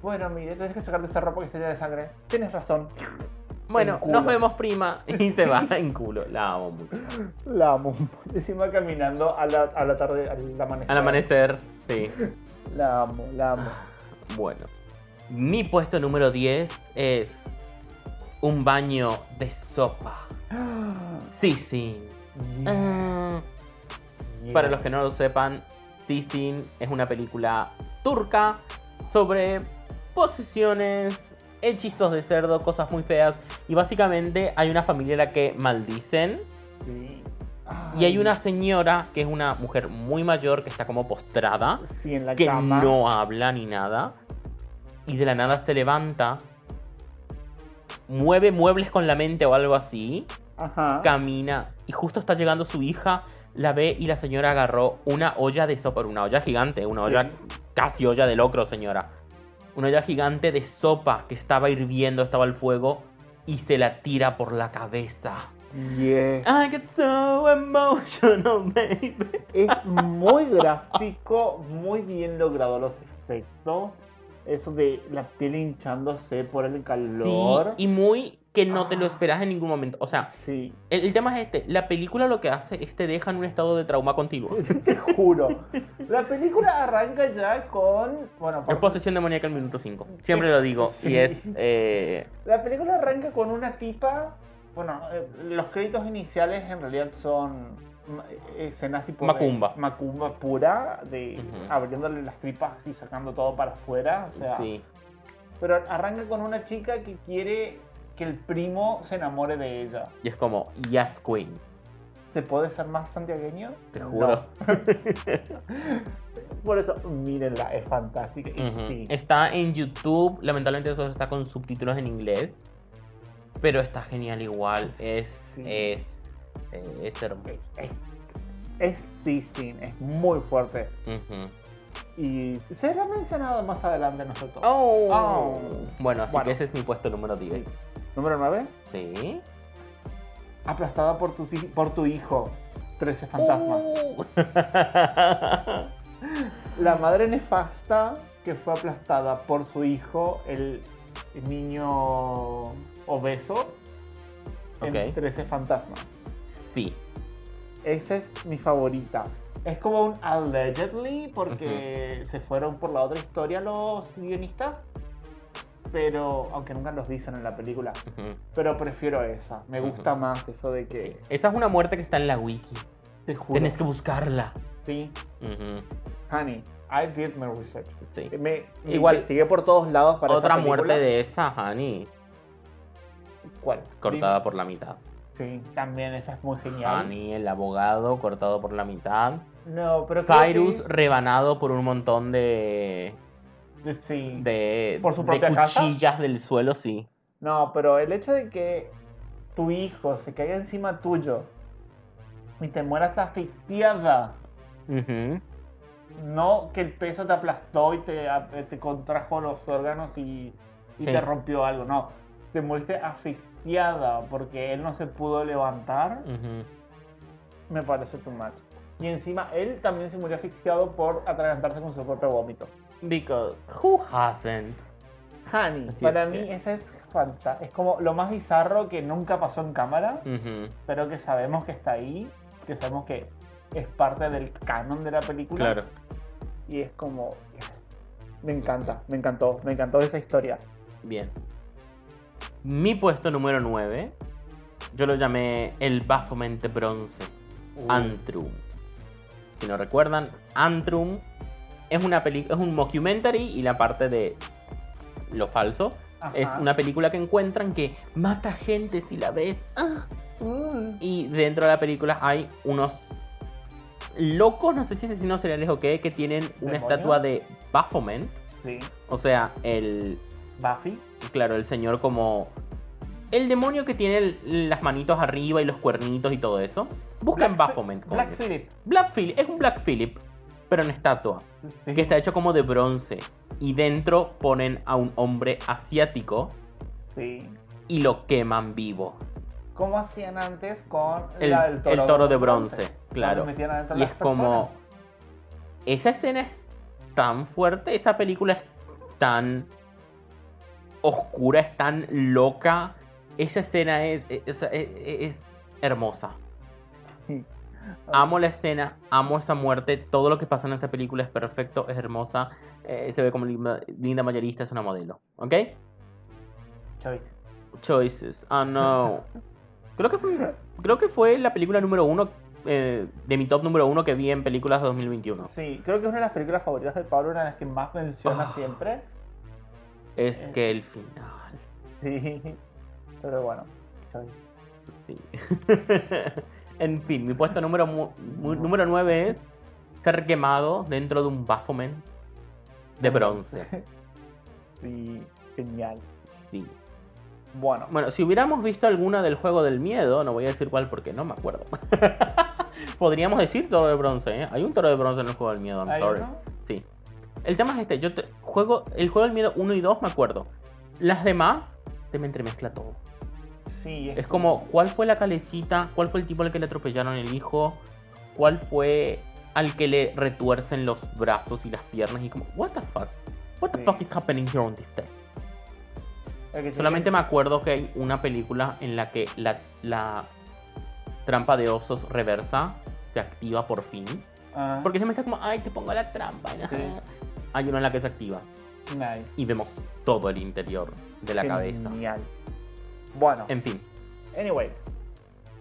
[SPEAKER 1] Bueno, mire, tenés que sacarte esa ropa que está llena de sangre. Tienes razón.
[SPEAKER 3] Bueno,
[SPEAKER 1] culo.
[SPEAKER 3] nos vemos, prima. Y se va en culo. La amo mucho.
[SPEAKER 1] La amo. (laughs) Encima caminando a la, a la tarde, al amanecer.
[SPEAKER 3] Al amanecer, sí.
[SPEAKER 1] La amo, la
[SPEAKER 3] (gasps)
[SPEAKER 1] amo.
[SPEAKER 3] Bueno, mi puesto número 10 es un baño de sopa. Sissin.
[SPEAKER 1] Mm.
[SPEAKER 3] Ah, Para los que no lo sepan, Sissin es una película turca sobre posesiones, hechizos de cerdo, cosas muy feas. Y básicamente hay una familia a la que maldicen.
[SPEAKER 1] Sí.
[SPEAKER 3] Y hay
[SPEAKER 1] Ay,
[SPEAKER 3] una señora que es una mujer muy mayor que está como postrada
[SPEAKER 1] Sí, en la
[SPEAKER 3] que
[SPEAKER 1] cama.
[SPEAKER 3] no habla ni nada. Y de la nada se levanta, mueve muebles con la mente o algo así,
[SPEAKER 1] Ajá.
[SPEAKER 3] camina y justo está llegando su hija, la ve y la señora agarró una olla de sopa, una olla gigante, una olla casi olla de locro, señora. Una olla gigante de sopa que estaba hirviendo, estaba al fuego y se la tira por la cabeza.
[SPEAKER 1] Yeah.
[SPEAKER 3] I get so emotional, baby.
[SPEAKER 1] Es muy gráfico, muy bien logrado los efectos. Eso de la piel hinchándose por el calor.
[SPEAKER 3] Sí, y muy que no te lo
[SPEAKER 1] Ah.
[SPEAKER 3] esperas en ningún momento. O sea,
[SPEAKER 1] Sí,
[SPEAKER 3] El, el tema es este, la película lo que hace es te deja en un estado de trauma continuo.
[SPEAKER 1] te juro. La película arranca ya con. Bueno, por-
[SPEAKER 3] Es posesión demoníaca el minuto 5. Siempre lo digo.
[SPEAKER 1] Sí.
[SPEAKER 3] Y es... eh,
[SPEAKER 1] la película arranca con una tipa. Bueno, eh, los créditos iniciales en realidad son ma- escenas tipo de-
[SPEAKER 3] Macumba.
[SPEAKER 1] macumba pura de
[SPEAKER 3] Ujú.
[SPEAKER 1] abriéndole las tripas y sacando todo para afuera o sea,
[SPEAKER 3] Sí.
[SPEAKER 1] pero arranca con una chica que quiere que el primo se enamore de ella
[SPEAKER 3] Y es como, yes, queen.
[SPEAKER 1] ¿se puede ser más santiagueño?
[SPEAKER 3] Te
[SPEAKER 1] No.
[SPEAKER 3] juro.
[SPEAKER 1] por eso mírenla es fantástica y
[SPEAKER 3] Ujú.
[SPEAKER 1] sí
[SPEAKER 3] Está en YouTube, lamentablemente solo está con subtítulos en inglés, pero está genial igual, es,
[SPEAKER 1] Sí.
[SPEAKER 3] es, eh, es hermoso.
[SPEAKER 1] es, es sí sí es muy fuerte
[SPEAKER 3] Ujú.
[SPEAKER 1] y será mencionado más adelante nosotros
[SPEAKER 3] Oh.
[SPEAKER 1] Oh.
[SPEAKER 3] Bueno, así
[SPEAKER 1] Bueno.
[SPEAKER 3] que ese es mi puesto número 10.
[SPEAKER 1] número 9
[SPEAKER 3] Sí.
[SPEAKER 1] aplastada por tu, ti- por tu hijo 13 fantasmas
[SPEAKER 3] Uh. (laughs)
[SPEAKER 1] La madre nefasta que fue aplastada por su hijo, el niño obeso, en
[SPEAKER 3] Ok.
[SPEAKER 1] 13 fantasmas.
[SPEAKER 3] sí.
[SPEAKER 1] Esa es mi favorita. Es como un allegedly porque se fueron por la otra historia los guionistas, pero aunque nunca los dicen en la película,
[SPEAKER 3] Ujú.
[SPEAKER 1] pero prefiero esa. Me gusta
[SPEAKER 3] Ujú.
[SPEAKER 1] más eso de que
[SPEAKER 3] Sí. Esa es una muerte que está en la wiki.
[SPEAKER 1] te juro.
[SPEAKER 3] Tenés que buscarla.
[SPEAKER 1] Sí,
[SPEAKER 3] Ujú.
[SPEAKER 1] honey, I did my research. Eh,
[SPEAKER 3] Sí.
[SPEAKER 1] Me, me
[SPEAKER 3] Igual-
[SPEAKER 1] investigué por todos lados para esa
[SPEAKER 3] Otra
[SPEAKER 1] película.
[SPEAKER 3] muerte de esa, Hani,
[SPEAKER 1] ¿Cuál?
[SPEAKER 3] cortada por la mitad.
[SPEAKER 1] Sí, también esa es muy genial.
[SPEAKER 3] Hani, el abogado, cortado por la mitad.
[SPEAKER 1] No, pero creo que-
[SPEAKER 3] Cyrus rebanado por un montón de
[SPEAKER 1] Sí.
[SPEAKER 3] de,
[SPEAKER 1] ¿Por su
[SPEAKER 3] de
[SPEAKER 1] propia casa?
[SPEAKER 3] cuchillas del suelo, sí.
[SPEAKER 1] No, pero el hecho de que tu hijo se caiga encima tuyo y te mueras asfixiada,
[SPEAKER 3] Ujú.
[SPEAKER 1] no que el peso te aplastó y te, te contrajo los órganos y, y
[SPEAKER 3] Sí.
[SPEAKER 1] te rompió algo, no. Te moriste asfixiada porque él no se pudo levantar,
[SPEAKER 3] Ujú.
[SPEAKER 1] me parece tu match. Y encima él también se murió asfixiado por atragantarse con su propio vómito.
[SPEAKER 3] Because who hasn't?
[SPEAKER 1] Honey,
[SPEAKER 3] Así
[SPEAKER 1] para
[SPEAKER 3] es
[SPEAKER 1] mí
[SPEAKER 3] que-
[SPEAKER 1] esa es fanta. Es como lo más bizarro que nunca pasó en cámara,
[SPEAKER 3] Ujú.
[SPEAKER 1] pero que sabemos que está ahí, que sabemos que es parte del canon de la película.
[SPEAKER 3] Claro.
[SPEAKER 1] Y es como. yes. Me encanta, me encantó, me encantó esa historia.
[SPEAKER 3] Bien. Mi puesto número 9. Yo lo llamé el Baphomet de bronce.
[SPEAKER 1] Uh.
[SPEAKER 3] Antrum. Si no recuerdan, Antrum es una peli- es un mockumentary y la parte de lo falso
[SPEAKER 1] Ajá.
[SPEAKER 3] es una película que encuentran que mata gente si la ves. ¡Ah!
[SPEAKER 1] Mm.
[SPEAKER 3] Y dentro de la película hay unos locos, no sé si asesinos seriales o qué, que tienen una
[SPEAKER 1] ¿Demonios?
[SPEAKER 3] estatua de Baphomet.
[SPEAKER 1] Sí.
[SPEAKER 3] O sea, el,
[SPEAKER 1] Buffy.
[SPEAKER 3] claro, el señor como... El demonio que tiene el- las manitos arriba y los cuernitos y todo eso. Buscan
[SPEAKER 1] Black-
[SPEAKER 3] Baphomet. coño.
[SPEAKER 1] Black Phillip.
[SPEAKER 3] Black Phillip, es un Black Phillip, pero en estatua,
[SPEAKER 1] Sí.
[SPEAKER 3] que está hecho como de bronce. Y dentro ponen a un hombre asiático
[SPEAKER 1] Sí.
[SPEAKER 3] y lo queman vivo.
[SPEAKER 1] Como hacían antes con
[SPEAKER 3] El,
[SPEAKER 1] la
[SPEAKER 3] el
[SPEAKER 1] del
[SPEAKER 3] toro, de bronce, claro.
[SPEAKER 1] Cuando metían adentro
[SPEAKER 3] Y
[SPEAKER 1] las
[SPEAKER 3] es como...
[SPEAKER 1] personas.
[SPEAKER 3] Esa escena es tan fuerte, esa película es tan oscura, es tan loca. Esa escena es, es- es- es hermosa. Amo la escena, amo esa muerte, todo lo que pasa en esa película es perfecto, es hermosa, eh, se ve como linda, linda mayorista, es una modelo, ¿ok?
[SPEAKER 1] Choice.
[SPEAKER 3] Choices, oh no. Creo que fue, creo que fue la película número uno, eh, de mi top número uno que vi en películas de 2021.
[SPEAKER 1] Sí, creo que es una de las películas favoritas de Pablo, una de las que más menciona
[SPEAKER 3] Ah.
[SPEAKER 1] siempre.
[SPEAKER 3] Es que el final... (laughs)
[SPEAKER 1] Sí, pero bueno. soy-
[SPEAKER 3] Sí. en fin, mi puesto número, mu- mu- número 9 es ser quemado dentro de un Baphomet de bronce.
[SPEAKER 1] (laughs) Sí, genial.
[SPEAKER 3] Sí.
[SPEAKER 1] Bueno,
[SPEAKER 3] Bueno, si hubiéramos visto alguna del juego del miedo, no voy a decir cuál porque no me acuerdo. (laughs) Podríamos decir toro de bronce, ¿eh? Hay un toro de bronce en el juego del miedo, I'm
[SPEAKER 1] ¿hay
[SPEAKER 3] sorry.
[SPEAKER 1] uno?
[SPEAKER 3] Sí. El tema es este, yo te- juego el juego del miedo 1 y 2 me acuerdo. Las demás se me entremezcla todo.
[SPEAKER 1] Sí,
[SPEAKER 3] Es como, ¿cuál fue la calecita? ¿Cuál fue el tipo al que le atropellaron el hijo? ¿Cuál fue al que le retuercen los brazos y las piernas? Y como, what the fuck? What the
[SPEAKER 1] Sí.
[SPEAKER 3] fuck is happening here on this day?
[SPEAKER 1] el que se
[SPEAKER 3] Solamente me
[SPEAKER 1] siente-
[SPEAKER 3] acuerdo que hay una película en la que la, la trampa de osos reversa se activa por fin.
[SPEAKER 1] Ah,
[SPEAKER 3] Porque siempre está como, ay, te pongo la trampa.
[SPEAKER 1] Sí.
[SPEAKER 3] (laughs) Hay una en la que se activa.
[SPEAKER 1] nice,
[SPEAKER 3] Y vemos todo el interior de la cabeza.
[SPEAKER 1] Genial. Bueno,
[SPEAKER 3] En fin,
[SPEAKER 1] anyways.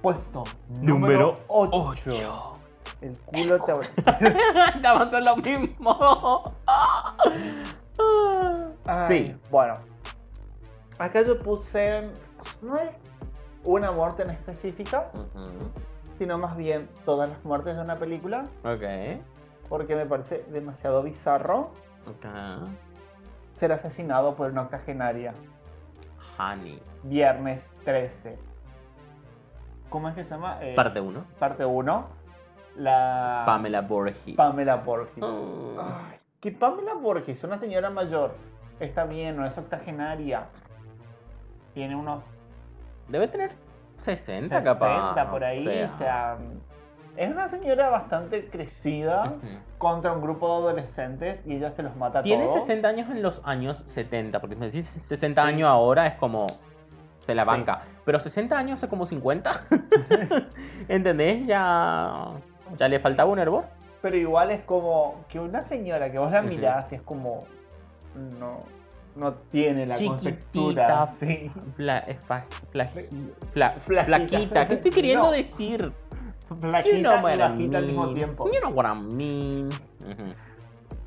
[SPEAKER 1] puesto
[SPEAKER 4] Número
[SPEAKER 1] número 8.
[SPEAKER 4] ocho.
[SPEAKER 1] El culo te
[SPEAKER 3] (laughs)
[SPEAKER 4] (laughs)
[SPEAKER 3] Estamos en lo mismo.
[SPEAKER 1] (laughs) Ay, Bueno. Acá yo puse. No es una muerte en específica,
[SPEAKER 3] Ujú.
[SPEAKER 1] sino más bien todas las muertes de una película,
[SPEAKER 3] Ok.
[SPEAKER 1] porque me parece demasiado bizarro
[SPEAKER 3] Ok.
[SPEAKER 1] ser asesinado por una octogenaria.
[SPEAKER 3] Honey.
[SPEAKER 1] Viernes 13. ¿Cómo es que se llama? Eh,
[SPEAKER 3] Parte 1.
[SPEAKER 1] parte 1. La.
[SPEAKER 3] Pamela Borges.
[SPEAKER 1] Pamela Borges.
[SPEAKER 3] Oh.
[SPEAKER 1] Ay, que Pamela Borges, una señora mayor, está bien, no es octogenaria. Tiene unos
[SPEAKER 3] Debe tener 60 capaz.
[SPEAKER 1] 60 por ahí,
[SPEAKER 3] o sea.
[SPEAKER 1] o sea, es una señora bastante
[SPEAKER 3] (laughs)
[SPEAKER 1] crecida
[SPEAKER 3] Ujú.
[SPEAKER 1] contra un grupo de adolescentes y ella se los mata a
[SPEAKER 3] Tiene
[SPEAKER 1] todos.
[SPEAKER 3] 60 años en los años 70, porque si me decís 60
[SPEAKER 1] Sí.
[SPEAKER 3] años ahora es como se la banca, pero 60 años hace
[SPEAKER 1] (laughs)
[SPEAKER 3] como 50. ¿Entendés? Ya ya le faltaba un hervor.
[SPEAKER 1] Pero igual es como que una señora que vos la
[SPEAKER 3] Ujú.
[SPEAKER 1] mirás y es como no no tiene la
[SPEAKER 3] Chiquitita.
[SPEAKER 1] contextura, sí.
[SPEAKER 3] Fla, es fa- fla- fla-
[SPEAKER 1] Flaquita.
[SPEAKER 3] flaquita. ¿Qué estoy queriendo
[SPEAKER 1] No.
[SPEAKER 3] decir?
[SPEAKER 1] Flaquita
[SPEAKER 3] You
[SPEAKER 1] y
[SPEAKER 3] know what I
[SPEAKER 1] bajita al mismo
[SPEAKER 3] mean.
[SPEAKER 1] tiempo.
[SPEAKER 3] You know what I mean. Ujú.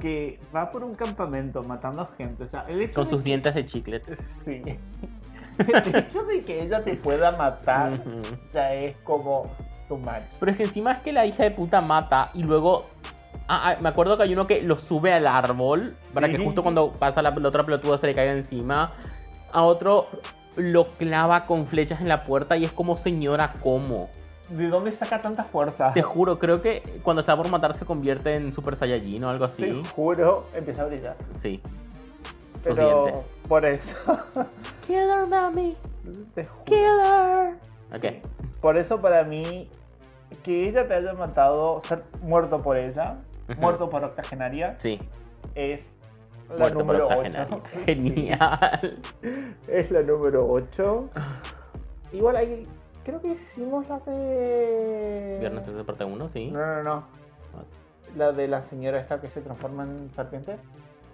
[SPEAKER 1] Que va por un campamento matando gente, o sea, el hecho
[SPEAKER 3] Con
[SPEAKER 1] de
[SPEAKER 3] sus
[SPEAKER 1] que-
[SPEAKER 3] dientes de chicle.
[SPEAKER 1] Sí. (laughs) El hecho de que ella te pueda matar
[SPEAKER 3] Ujú.
[SPEAKER 1] ya es como tu much.
[SPEAKER 3] Pero es que encima es que la hija de puta mata y luego. Ah, ah, me acuerdo que hay uno que lo sube al árbol para que
[SPEAKER 1] Sí.
[SPEAKER 3] justo cuando pasa la, la otra pelotuda se le caiga encima. A otro lo clava con flechas en la puerta y es como señora, ¿cómo?
[SPEAKER 1] ¿De dónde saca tanta fuerza?
[SPEAKER 3] Te juro, creo que cuando está por matar se convierte en Super Saiyajin o algo así.
[SPEAKER 1] Te juro, empieza a brillar.
[SPEAKER 3] Sí.
[SPEAKER 1] Pero
[SPEAKER 3] dientes.
[SPEAKER 1] por eso, (laughs)
[SPEAKER 2] Killer Mami.
[SPEAKER 1] te juro.
[SPEAKER 2] Killer.
[SPEAKER 3] Ok.
[SPEAKER 1] Por eso para mí, que ella te haya matado, ser muerto por ella,
[SPEAKER 3] Ujú.
[SPEAKER 1] muerto por octogenaria,
[SPEAKER 3] Sí.
[SPEAKER 1] es la
[SPEAKER 3] Muerto por
[SPEAKER 1] número 8.
[SPEAKER 3] octogenaria.
[SPEAKER 1] (laughs)
[SPEAKER 3] (laughs) Genial. Ah.
[SPEAKER 1] Es la número 8. Igual ahí, creo que hicimos la de...
[SPEAKER 3] Viernes 13 parte 1, sí.
[SPEAKER 1] No, no, no. La de la señora esta que se transforma en serpiente.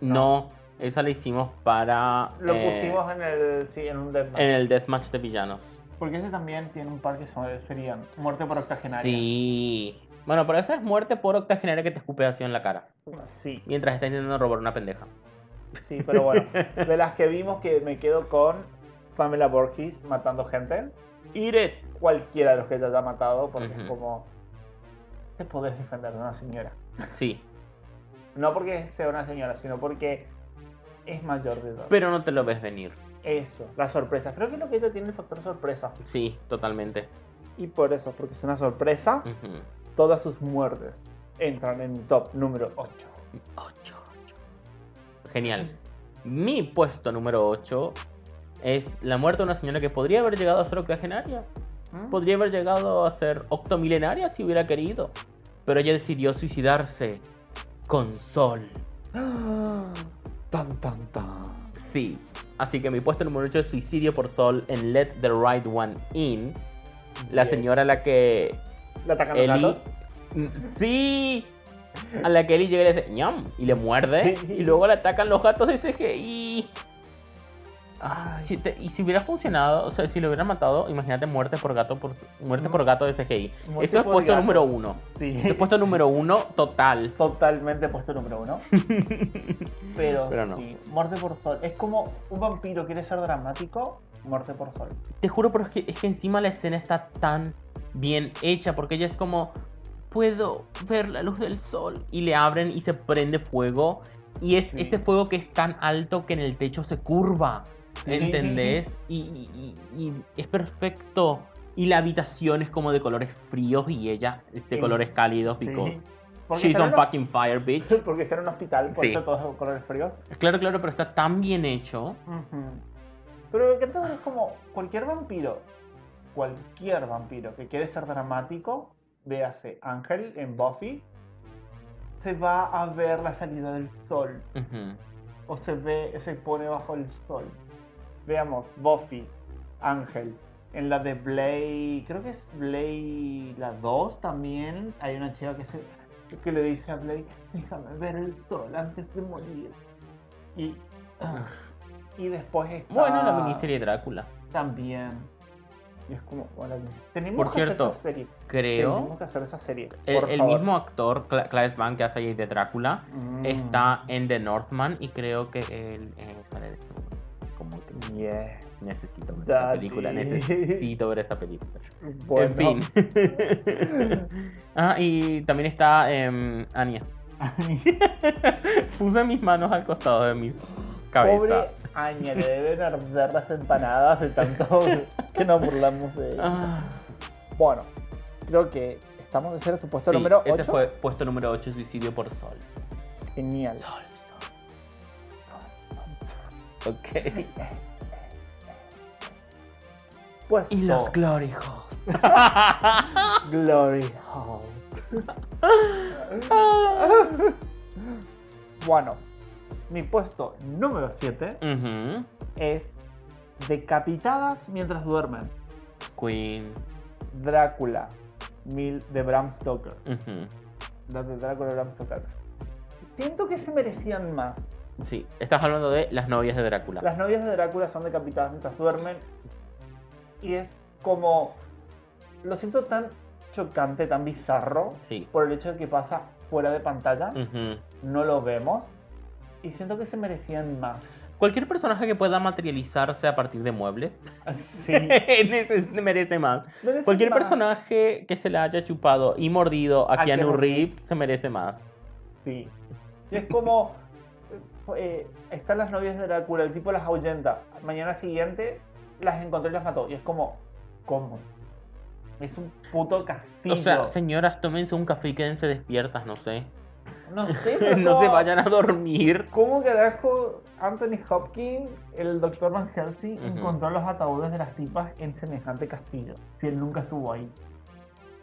[SPEAKER 3] No, esa la hicimos para.
[SPEAKER 1] Lo
[SPEAKER 3] eh,
[SPEAKER 1] pusimos en el. Sí, en un deathmatch.
[SPEAKER 3] en el Deathmatch de villanos.
[SPEAKER 1] Porque ese también tiene un par que son- serían muerte por octogenaria.
[SPEAKER 3] Sí. Bueno, pero esa es muerte por octogenaria que te escupe así en la cara.
[SPEAKER 1] Sí,
[SPEAKER 3] Mientras está intentando robar una pendeja.
[SPEAKER 1] sí, pero bueno. De las que vimos que me quedo con Pamela Borges matando gente.
[SPEAKER 3] Eat it.
[SPEAKER 1] Cualquiera de los que ella haya matado, porque es
[SPEAKER 3] Ujú.
[SPEAKER 1] como. Te podés defender de una señora.
[SPEAKER 3] Sí.
[SPEAKER 1] No porque sea una señora, sino porque es mayor de edad.
[SPEAKER 3] Pero no te lo ves venir.
[SPEAKER 1] Eso, la sorpresa. Creo que lo que ella tiene es factor sorpresa.
[SPEAKER 3] Sí, totalmente.
[SPEAKER 1] Y por eso, porque es una sorpresa,
[SPEAKER 3] Ujú.
[SPEAKER 1] todas sus muertes entran en mi top número 8.
[SPEAKER 3] Ocho, ocho. Genial. Mi puesto número 8 es la muerte de una señora que podría haber llegado a ser octogenaria.
[SPEAKER 1] Pues,
[SPEAKER 3] Podría haber llegado a ser octomilenaria si hubiera querido. Pero ella decidió suicidarse con sol.
[SPEAKER 1] ¡Ah! Tan, tan, tan.
[SPEAKER 3] Sí. Así que mi puesto número 8 es Suicidio por Sol en Let the Right One In. La
[SPEAKER 1] Bien.
[SPEAKER 3] señora a la que
[SPEAKER 1] ¿Le atacan los
[SPEAKER 3] Eli. Mm,
[SPEAKER 1] gatos?
[SPEAKER 3] Sí. A la que Eli llega y le dice ñam y le muerde.
[SPEAKER 1] Sí.
[SPEAKER 3] Y luego le atacan los gatos de CGI. Ah,
[SPEAKER 1] Ay.
[SPEAKER 3] si te- y si hubiera funcionado, o sea, si lo hubieran matado, imagínate muerte por gato por muerte por gato de CGI.
[SPEAKER 1] Muerte
[SPEAKER 3] Eso es
[SPEAKER 1] por
[SPEAKER 3] puesto
[SPEAKER 1] gato. (laughs)
[SPEAKER 3] número uno.
[SPEAKER 1] Sí.
[SPEAKER 3] Es puesto número uno total.
[SPEAKER 1] Totalmente puesto número uno. Pero,
[SPEAKER 3] Pero no.
[SPEAKER 1] sí, muerte por sol. Es como un vampiro quiere ser dramático, muerte por sol.
[SPEAKER 3] Te juro, pero es que, es que encima la escena está tan bien hecha porque ella es como, puedo ver la luz del sol. Y le abren y se prende fuego. Y es
[SPEAKER 1] Sí.
[SPEAKER 3] este fuego que es tan alto que en el techo se curva.
[SPEAKER 1] Sí.
[SPEAKER 3] ¿Entendés? Y, y- y- y es perfecto. Y la habitación es como de colores fríos y ella es de
[SPEAKER 1] Sí.
[SPEAKER 3] colores cálidos.
[SPEAKER 1] Sí.
[SPEAKER 3] Because
[SPEAKER 1] Porque
[SPEAKER 3] she's
[SPEAKER 1] está
[SPEAKER 3] on
[SPEAKER 1] en un-
[SPEAKER 3] fucking fire, bitch.
[SPEAKER 1] (laughs) Porque está en un hospital, por
[SPEAKER 3] Sí.
[SPEAKER 1] eso todos los colores fríos.
[SPEAKER 3] Claro, claro, pero está tan bien hecho.
[SPEAKER 1] Ujú. Pero lo que tengo es como cualquier vampiro, cualquier vampiro que quiere ser dramático, véase Ángel en Buffy, se va a ver la salida del sol.
[SPEAKER 3] Ujú.
[SPEAKER 1] O se ve, se pone bajo el sol. Veamos, Buffy, Ángel. En la de Blay, creo que es Blay la 2 también. Hay una chica que se que le dice a Blay, déjame ver el sol antes de morir. Y, ah, y después está Ah.
[SPEAKER 3] Bueno, la miniserie de Drácula.
[SPEAKER 1] también. Y es como, bueno, tenemos
[SPEAKER 3] Por
[SPEAKER 1] que hacer
[SPEAKER 3] cierto,
[SPEAKER 1] esa serie.
[SPEAKER 3] Creo.
[SPEAKER 1] Tenemos que hacer esa serie.
[SPEAKER 3] El,
[SPEAKER 1] por
[SPEAKER 3] el
[SPEAKER 1] favor.
[SPEAKER 3] mismo actor, Cla- Clive Bank, que hace ahí de Drácula,
[SPEAKER 1] Mm,
[SPEAKER 3] está en The Northman y creo que él eh, sale de Como que
[SPEAKER 1] yeah,
[SPEAKER 3] necesito ver esa
[SPEAKER 1] daddy.
[SPEAKER 3] película, necesito ver esa película.
[SPEAKER 1] (laughs) Bueno,
[SPEAKER 3] En fin. (laughs) ah, y también está em, Anya. (laughs) Puse mis manos al costado de mi cabeza.
[SPEAKER 1] Pobre Aña, le deben arder las empanadas de tanto (laughs) que nos burlamos de ella.
[SPEAKER 3] Ah,
[SPEAKER 1] Bueno, creo que estamos de cero tu puesto
[SPEAKER 3] sí,
[SPEAKER 1] número 8.
[SPEAKER 3] ese fue puesto número 8, suicidio por sol.
[SPEAKER 1] Genial.
[SPEAKER 3] Sol, sol. sol. Ok.
[SPEAKER 1] Puesto
[SPEAKER 3] (laughs) Y
[SPEAKER 1] Oh.
[SPEAKER 3] los Glory Holes.
[SPEAKER 1] Glory Hall.
[SPEAKER 3] Ah.
[SPEAKER 1] bueno, mi puesto número 7
[SPEAKER 3] Ujú.
[SPEAKER 1] es Decapitadas mientras duermen.
[SPEAKER 3] Queen.
[SPEAKER 1] Drácula, mil de Bram Stoker.
[SPEAKER 3] Ujú.
[SPEAKER 1] La de Drácula Bram Stoker. Siento que se merecían más.
[SPEAKER 3] Sí, estás hablando de las novias de Drácula.
[SPEAKER 1] Las novias de Drácula son decapitadas mientras duermen. Y es como. Lo siento tan chocante, tan bizarro.
[SPEAKER 3] Sí.
[SPEAKER 1] Por el hecho de que pasa fuera de pantalla.
[SPEAKER 3] Ujú.
[SPEAKER 1] No lo vemos. Y siento que se merecían más.
[SPEAKER 3] (laughs) Cualquier personaje que pueda materializarse a partir de muebles
[SPEAKER 1] Sí.
[SPEAKER 3] (laughs) neces- merece más.
[SPEAKER 1] merecen
[SPEAKER 3] Cualquier
[SPEAKER 1] más.
[SPEAKER 3] personaje que se la haya chupado y mordido a,
[SPEAKER 1] A
[SPEAKER 3] Keanu
[SPEAKER 1] Keanu
[SPEAKER 3] Reeves se merece más.
[SPEAKER 1] Sí. Y es como. eh, están las novias de Drácula, el tipo las ahuyenta. Mañana siguiente las encontró y las mató. Y es como. ¿Cómo? Es un puto casillo.
[SPEAKER 3] O sea, señoras, tómense un café y quédense despiertas,
[SPEAKER 1] (laughs)
[SPEAKER 3] no sé.
[SPEAKER 1] no
[SPEAKER 3] (laughs)
[SPEAKER 1] sé, pero
[SPEAKER 3] no se
[SPEAKER 1] como-
[SPEAKER 3] vayan a dormir.
[SPEAKER 1] ¿Cómo carajo Anthony Hopkins, el doctor Van Helsing,
[SPEAKER 3] Ujú.
[SPEAKER 1] encontró los ataúdes de las tipas en semejante castillo? Si él nunca estuvo
[SPEAKER 3] (laughs)
[SPEAKER 1] ahí.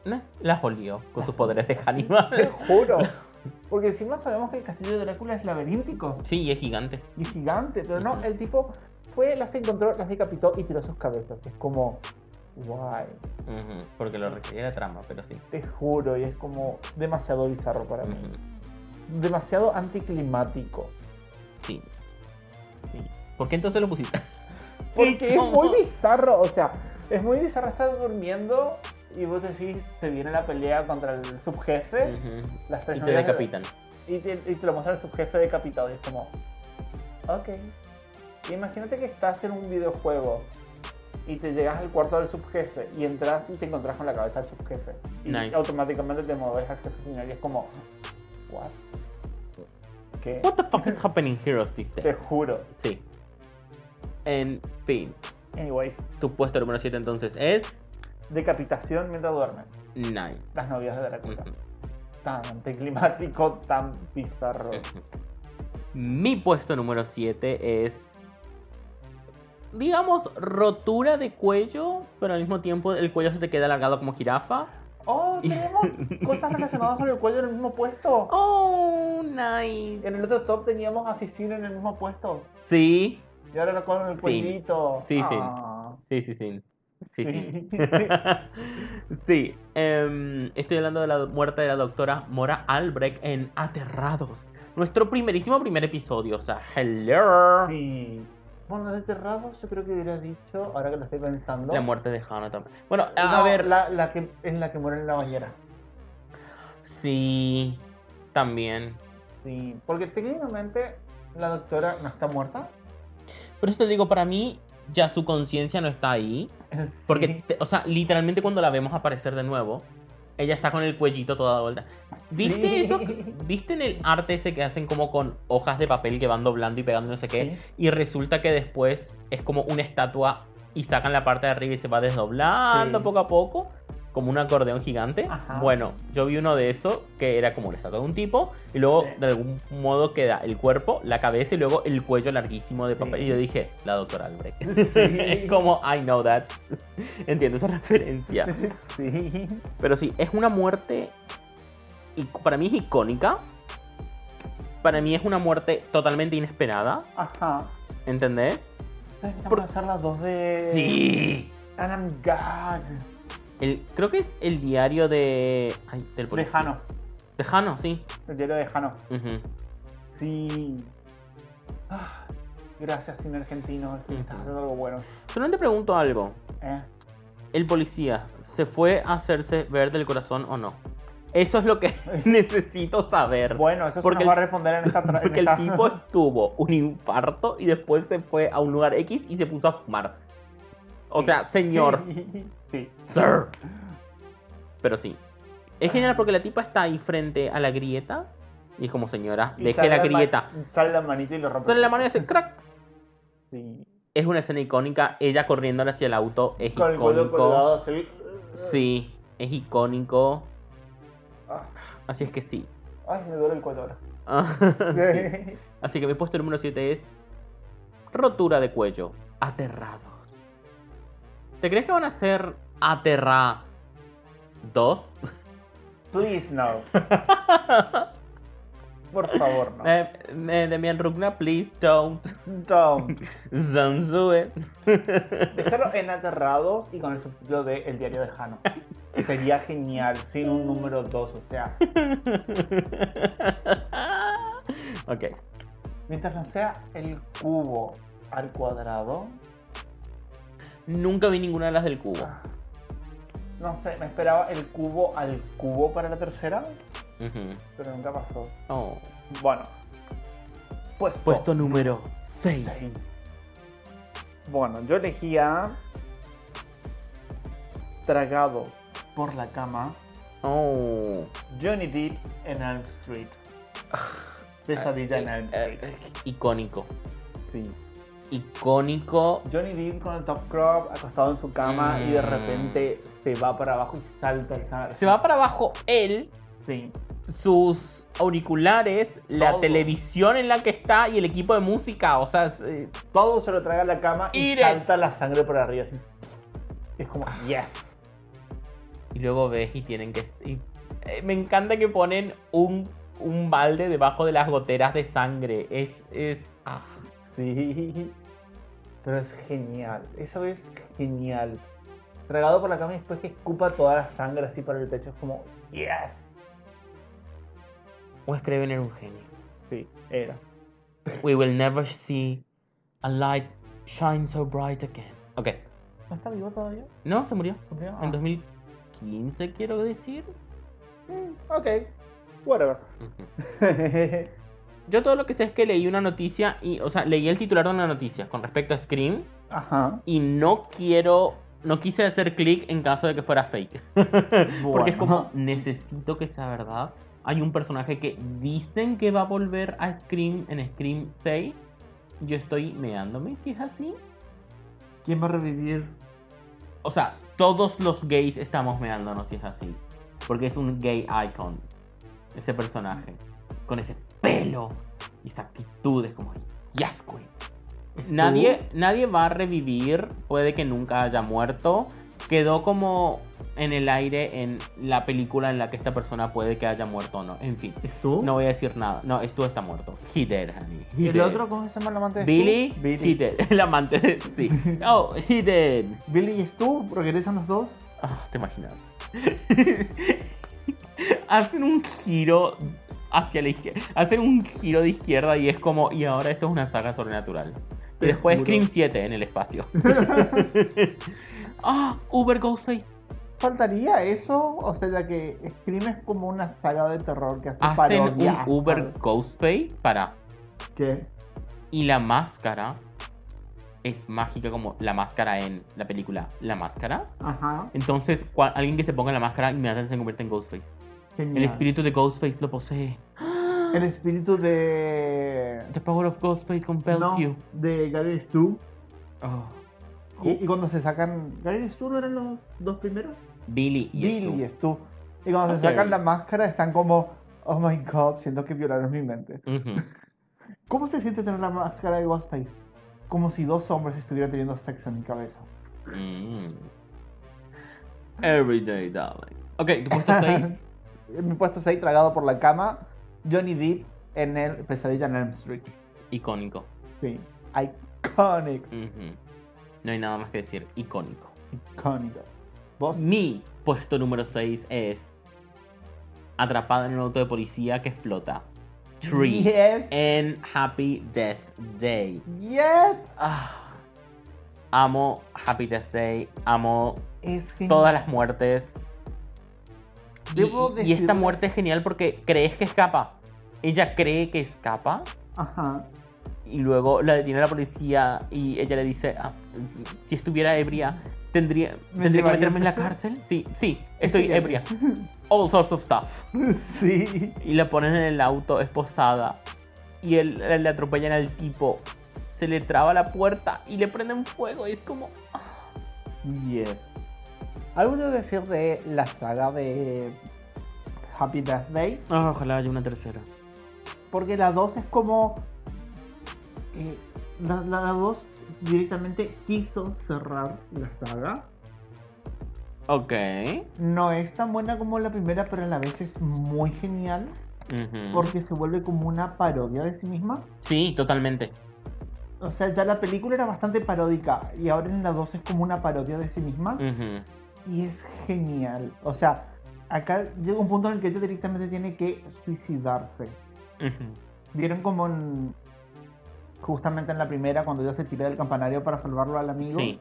[SPEAKER 3] Nah, Las olió con sus poderes de animal. (laughs)
[SPEAKER 1] juro. (laughs) Porque encima sabemos que el castillo de Drácula es laberíntico
[SPEAKER 3] Sí, y es gigante.
[SPEAKER 1] y gigante, pero no,
[SPEAKER 3] Ujú.
[SPEAKER 1] el tipo fue, las encontró, las decapitó y tiró sus cabezas. Y es como, guay,
[SPEAKER 3] Ujú, Porque lo requería la trama, pero sí.
[SPEAKER 1] te juro, y es como demasiado bizarro para mí.
[SPEAKER 3] Ujú.
[SPEAKER 1] Demasiado anticlimático.
[SPEAKER 3] Sí. sí. ¿Por qué entonces lo pusiste?
[SPEAKER 1] Porque es
[SPEAKER 3] (laughs) ¿Cómo?
[SPEAKER 1] muy bizarro, o sea, es muy bizarro estar durmiendo y vos decís, te viene la pelea contra el subjefe,
[SPEAKER 3] Ujú.
[SPEAKER 1] las tres
[SPEAKER 3] Y te
[SPEAKER 1] novias-
[SPEAKER 3] decapitan.
[SPEAKER 1] Y te, y te lo muestra el subjefe decapitado y es como, ok. Imagínate que estás en un videojuego y te llegas al cuarto del subjefe y entras y te encontrás con la cabeza del subjefe. Y
[SPEAKER 3] Nice.
[SPEAKER 1] automáticamente te mueves al jefe final y es como, what? ¿Qué?
[SPEAKER 3] What the fuck is happening here, dice.
[SPEAKER 1] Te juro.
[SPEAKER 3] Sí. En fin,
[SPEAKER 1] Anyways,
[SPEAKER 3] tu puesto número 7 entonces es
[SPEAKER 1] decapitación mientras duermen.
[SPEAKER 3] Nine.
[SPEAKER 1] Las novias de Drácula.
[SPEAKER 3] Ujú.
[SPEAKER 1] Tan anticlimático, tan bizarro.
[SPEAKER 3] Mi puesto número 7 es digamos rotura de cuello, pero al mismo tiempo el cuello se te queda alargado como jirafa.
[SPEAKER 1] Oh,
[SPEAKER 3] Y- (laughs)
[SPEAKER 1] tenemos cosas relacionadas con el cuello en el mismo puesto.
[SPEAKER 3] Oh, nice.
[SPEAKER 1] En el otro top teníamos asesino en el mismo puesto.
[SPEAKER 3] Sí,
[SPEAKER 1] Y ahora lo con el
[SPEAKER 3] Sí.
[SPEAKER 1] cuellito.
[SPEAKER 3] Sí, sí.
[SPEAKER 1] Ah.
[SPEAKER 3] sí, sí, sí. Sí, (laughs) sí. (laughs) sí, em, estoy hablando de la muerte de la doctora Mora Albrecht en Aterrados. Nuestro primerísimo primer episodio, o sea,
[SPEAKER 1] (laughs)
[SPEAKER 3] hello.
[SPEAKER 1] Sí. Bueno, de Terrados yo creo que hubiera dicho, ahora que lo estoy pensando.
[SPEAKER 3] La muerte de Hannah también. Bueno,
[SPEAKER 1] No,
[SPEAKER 3] a ver,
[SPEAKER 1] La, la que, en la que muere en la bañera.
[SPEAKER 3] sí, también.
[SPEAKER 1] Sí. Porque técnicamente la doctora no está muerta.
[SPEAKER 3] Por eso te digo, para mí ya su conciencia no está ahí.
[SPEAKER 1] Sí.
[SPEAKER 3] Porque, te- o sea, literalmente cuando la vemos aparecer de nuevo, ella está con el cuellito toda vuelta. ¿Viste
[SPEAKER 1] Sí. (laughs)
[SPEAKER 3] eso? ¿Viste en el arte ese que hacen como con hojas de papel que van doblando y pegando no sé qué?
[SPEAKER 1] Sí.
[SPEAKER 3] Y resulta que después es como una estatua y sacan la parte de arriba y se va desdoblando
[SPEAKER 1] Sí.
[SPEAKER 3] poco a poco, como un acordeón gigante.
[SPEAKER 1] Ajá.
[SPEAKER 3] Bueno, yo vi uno de esos que era como la estatua de un tipo y luego
[SPEAKER 1] Sí.
[SPEAKER 3] de algún modo queda el cuerpo, la cabeza y luego el cuello larguísimo de
[SPEAKER 1] Sí.
[SPEAKER 3] papel. Y yo dije, la doctora
[SPEAKER 1] Sí.
[SPEAKER 3] Albrecht. (laughs) es como, I know that. (laughs) Entiendo esa referencia.
[SPEAKER 1] (laughs) Sí.
[SPEAKER 3] Pero sí, es una muerte. Y para mí es icónica. Para mí es una muerte totalmente inesperada.
[SPEAKER 1] Ajá.
[SPEAKER 3] ¿Entendés?
[SPEAKER 1] Entonces
[SPEAKER 3] Por-
[SPEAKER 1] Por... hacer las dos de.
[SPEAKER 3] Sí.
[SPEAKER 1] And I'm God.
[SPEAKER 3] El, creo que es el diario de. Ay, del
[SPEAKER 1] De
[SPEAKER 3] policía.
[SPEAKER 1] Jano.
[SPEAKER 3] De Jano, sí.
[SPEAKER 1] El diario de Jano.
[SPEAKER 3] Ujú.
[SPEAKER 1] Sí. Ah, gracias, cine argentino. es que me Estás
[SPEAKER 3] Ujú.
[SPEAKER 1] haciendo algo bueno.
[SPEAKER 3] Solamente pregunto algo.
[SPEAKER 1] ¿eh?
[SPEAKER 3] el policía se fue a hacerse ver del corazón o no. Eso es lo
[SPEAKER 1] (laughs)
[SPEAKER 3] que (laughs) necesito saber.
[SPEAKER 1] Bueno, eso
[SPEAKER 3] Porque
[SPEAKER 1] se nos va a
[SPEAKER 3] el-
[SPEAKER 1] responder en esta tra- en
[SPEAKER 3] Porque el
[SPEAKER 1] esta-
[SPEAKER 3] tipo
[SPEAKER 1] (laughs)
[SPEAKER 3] tuvo un infarto y después se fue a un lugar X y se puso a fumar. O
[SPEAKER 1] Sí.
[SPEAKER 3] sea, señor.
[SPEAKER 1] Sí.
[SPEAKER 3] Sir. Pero sí.
[SPEAKER 1] Ah.
[SPEAKER 3] Es genial porque la tipa está ahí frente a la grieta. Y es como, señora,
[SPEAKER 1] Y
[SPEAKER 3] deje
[SPEAKER 1] sale
[SPEAKER 3] la
[SPEAKER 1] ma-
[SPEAKER 3] grieta.
[SPEAKER 1] Sale la manita y lo rompe.
[SPEAKER 3] Sale la mano y hace crack.
[SPEAKER 1] Sí.
[SPEAKER 3] Es una escena icónica. Ella corriendo hacia el auto. Es
[SPEAKER 1] Con el cuello
[SPEAKER 3] icónico.
[SPEAKER 1] colgado, sí.
[SPEAKER 3] Sí, es icónico.
[SPEAKER 1] Ah,
[SPEAKER 3] Así es
[SPEAKER 1] (laughs)
[SPEAKER 3] que sí.
[SPEAKER 1] Ay, me duele el cuello ahora. Sí.
[SPEAKER 3] Así que mi puesto número 7 es rotura de cuello. Aterrados. ¿Te crees que van a ser aterrados?
[SPEAKER 1] Please,
[SPEAKER 3] (laughs)
[SPEAKER 1] no. Por favor, no.
[SPEAKER 3] Eh, eh, Demian Rugna, please don't. (laughs)
[SPEAKER 1] Don't.
[SPEAKER 3] Don't do it.
[SPEAKER 1] Dejarlo en aterrados y con el subtítulo de El diario de Jano. Sería genial, sin un número 2, o sea,
[SPEAKER 3] ok.
[SPEAKER 1] mientras no sea el cubo al cuadrado,
[SPEAKER 3] Nunca vi ninguna de las del cubo.
[SPEAKER 1] Ah. no sé, me esperaba el cubo al cubo para la tercera,
[SPEAKER 3] Ujú.
[SPEAKER 1] pero nunca pasó.
[SPEAKER 3] Oh.
[SPEAKER 1] Bueno, pues
[SPEAKER 3] Puesto número 6.
[SPEAKER 1] Bueno, yo elegía tragado por la cama
[SPEAKER 3] Oh.
[SPEAKER 1] Johnny Depp en Elm Street. Pesadilla en Elm
[SPEAKER 3] Ah, Eh,
[SPEAKER 1] Street.
[SPEAKER 3] eh, icónico.
[SPEAKER 1] Sí.
[SPEAKER 3] Icónico.
[SPEAKER 1] Johnny Depp con el top crop acostado en su cama y de repente se va para abajo y salta el canal.
[SPEAKER 3] Mm. Se va para abajo él,
[SPEAKER 1] Sí.
[SPEAKER 3] sus auriculares, la
[SPEAKER 1] Todo.
[SPEAKER 3] televisión en la que está y el equipo de música. O sea, es, eh,
[SPEAKER 1] Todo se lo traga a la cama y
[SPEAKER 3] Ire. Ah.
[SPEAKER 1] salta la sangre por arriba. así. Es como, yes.
[SPEAKER 3] y luego ves y tienen que... y- eh, me encanta que ponen un, un balde debajo de las goteras de sangre. Es... es ah.
[SPEAKER 1] Sí. Pero es genial. Eso es genial. Tragado por la cama y después que escupa toda la sangre así para el techo. Es como, yes.
[SPEAKER 3] Wes Craven era un genio.
[SPEAKER 1] Sí, era.
[SPEAKER 3] We will never see a light shine so bright again. Ok.
[SPEAKER 1] ¿No está vivo todavía?
[SPEAKER 3] No, se murió.
[SPEAKER 1] ¿Por qué? Ah,
[SPEAKER 3] En 2015 quiero decir.
[SPEAKER 1] Ok. Whatever.
[SPEAKER 3] Yo todo lo que sé es que leí una noticia y, o sea, leí el titular de una noticia con respecto a Scream
[SPEAKER 1] (laughs) Ajá.
[SPEAKER 3] y no quiero, no quise hacer clic en caso de que fuera fake. Porque es como, necesito que sea verdad. Hay un personaje que dicen que va a volver a Scream en Scream 6. Yo estoy meándome, si es así.
[SPEAKER 1] ¿Quién va a revivir?
[SPEAKER 3] O sea, todos los gays estamos meándonos si es así. Porque es un gay icon. Ese personaje. Con ese pelo. Y esa actitud es como... Yes, queen". Nadie, nadie va a revivir. Puede que nunca haya muerto. Quedó como en el aire en la película en la que esta persona puede que haya muerto o no. En fin.
[SPEAKER 1] ¿Tú?
[SPEAKER 3] No voy a decir nada. No, Stu está muerto. He dead, honey. He
[SPEAKER 1] ¿Y el
[SPEAKER 3] dead.
[SPEAKER 1] otro cómo se llama el amante de
[SPEAKER 3] Billy,
[SPEAKER 1] Stu?
[SPEAKER 3] He dead. (laughs) El amante de...
[SPEAKER 1] (laughs)
[SPEAKER 3] Sí. Oh, he dead.
[SPEAKER 1] Billy y Stu regresan los dos.
[SPEAKER 3] Ah, te imaginas. (laughs) Hacen un giro hacia la izquierda. Hacen un giro de izquierda y es como. Y ahora esto es una saga sobrenatural. Y
[SPEAKER 1] Te
[SPEAKER 3] después
[SPEAKER 1] juro.
[SPEAKER 3] Scream 7 en el espacio. ah, Uber Ghostface.
[SPEAKER 1] ¿Faltaría eso? O sea, ya que Scream es como una saga de terror que hace
[SPEAKER 3] Hacen un
[SPEAKER 1] parodia. ah.
[SPEAKER 3] Uber Ghostface para.
[SPEAKER 1] ¿Qué?
[SPEAKER 3] Y la máscara es mágica como la máscara en la película La Máscara.
[SPEAKER 1] Ajá.
[SPEAKER 3] Entonces, cual- alguien que se ponga la máscara inmediatamente se convierte en Ghostface.
[SPEAKER 1] Genial.
[SPEAKER 3] El espíritu de Ghostface lo posee.
[SPEAKER 1] El espíritu de.
[SPEAKER 3] The power of Ghostface compels
[SPEAKER 1] no,
[SPEAKER 3] you.
[SPEAKER 1] de Gary Stu.
[SPEAKER 3] Oh.
[SPEAKER 1] Y, y cuando se sacan. ¿Gary Stu no eran los dos primeros?
[SPEAKER 3] Billy y
[SPEAKER 1] Billy y
[SPEAKER 3] Stu.
[SPEAKER 1] Stu. Y cuando
[SPEAKER 3] Ok.
[SPEAKER 1] se sacan la máscara están como. Oh my god, siento que violaron mi mente. (laughs)
[SPEAKER 3] Ujú.
[SPEAKER 1] ¿Cómo se siente tener la máscara de Ghostface? Como si dos hombres estuvieran teniendo sexo en mi cabeza.
[SPEAKER 3] Mm. Everyday darling. Ok, tu puesto
[SPEAKER 1] (laughs)
[SPEAKER 3] 6.
[SPEAKER 1] Mi Eh, puesto 6 tragado por la cama. Johnny Depp en el Pesadilla en Elm Street.
[SPEAKER 3] Icónico.
[SPEAKER 1] Sí. Iconic.
[SPEAKER 3] Ujú. No hay nada más que decir. Icónico.
[SPEAKER 1] Iconic. ¿Vos?
[SPEAKER 3] Mi puesto número 6 es Atrapada en un auto de policía que explota. Tree.
[SPEAKER 1] Yes.
[SPEAKER 3] En Happy Death Day.
[SPEAKER 1] Yes.
[SPEAKER 3] Ah. Amo Happy Death Day, amo
[SPEAKER 1] Es genial.
[SPEAKER 3] todas las muertes. Y,
[SPEAKER 1] Debo
[SPEAKER 3] y- y
[SPEAKER 1] decirle-
[SPEAKER 3] esta muerte es genial porque crees que escapa. Ella cree que escapa
[SPEAKER 1] Ajá.
[SPEAKER 3] y luego la detiene la policía y ella le dice, "Ah, si estuviera ebria, tendría,
[SPEAKER 1] ¿Me
[SPEAKER 3] tendría que
[SPEAKER 1] llevaría
[SPEAKER 3] meterme en la
[SPEAKER 1] preso?"
[SPEAKER 3] cárcel. Sí, sí, estoy
[SPEAKER 1] Estoy ebria.
[SPEAKER 3] ebria. All sorts of stuff.
[SPEAKER 1] Sí.
[SPEAKER 3] Y la ponen en el auto esposada. Y él, le atropellan al tipo. Se le traba la puerta y le prenden fuego. Y es como.
[SPEAKER 1] Bien. ¿Algo tengo que decir de la saga de Happy Death Day?
[SPEAKER 3] "Ah, ojalá haya una tercera.
[SPEAKER 1] Porque la 2 es como. eh, la, la, 2 directamente quiso cerrar la saga.
[SPEAKER 3] Ok.
[SPEAKER 1] No es tan buena como la primera, pero a la vez es muy genial.
[SPEAKER 3] Ujú.
[SPEAKER 1] Porque se vuelve como una parodia de sí misma.
[SPEAKER 3] Sí, totalmente.
[SPEAKER 1] O sea, ya la película era bastante paródica. Y ahora en la 2 es como una parodia de sí misma.
[SPEAKER 3] Ujú.
[SPEAKER 1] Y es genial. O sea, acá llega un punto en el que ella directamente tiene que suicidarse.
[SPEAKER 3] Ujú.
[SPEAKER 1] ¿Vieron como en... Justamente en la primera, cuando ella se tira del campanario para salvarlo al amigo.
[SPEAKER 3] Sí.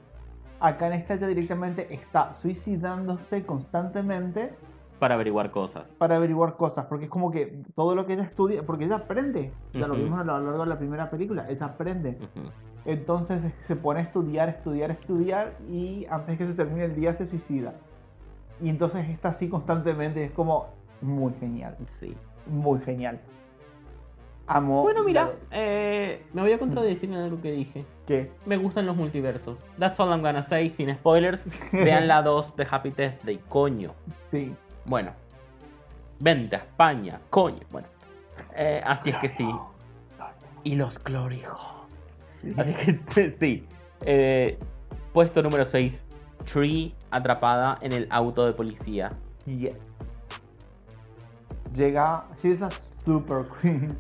[SPEAKER 1] Acá en esta ella directamente está suicidándose constantemente
[SPEAKER 3] Para averiguar cosas.
[SPEAKER 1] para averiguar cosas. Porque es como que todo lo que ella estudia... Porque ella aprende. Ya lo
[SPEAKER 3] Ujú.
[SPEAKER 1] vimos a lo largo de la primera película. Ella aprende.
[SPEAKER 3] Ujú.
[SPEAKER 1] Entonces es- se pone a estudiar, estudiar, estudiar y antes que se termine el día se suicida. Y entonces está así constantemente, es como muy genial,
[SPEAKER 3] Sí.
[SPEAKER 1] muy genial. Amo.
[SPEAKER 3] Bueno, mira,
[SPEAKER 1] la-
[SPEAKER 3] eh, me voy a contradecir en algo que dije.
[SPEAKER 1] ¿Qué?
[SPEAKER 3] Me gustan los multiversos. That's all I'm gonna say, sin (laughs) spoilers. Vean la 2 de Happy Test Day, coño.
[SPEAKER 1] (laughs) Sí.
[SPEAKER 3] Bueno, vente a España, coño. Bueno, eh, así es que sí. Y los Glory Holes. Así que (laughs) t- sí. Eh, puesto número 6. Tree atrapada en el auto de policía.
[SPEAKER 1] Yes. Llega. She's a super queen.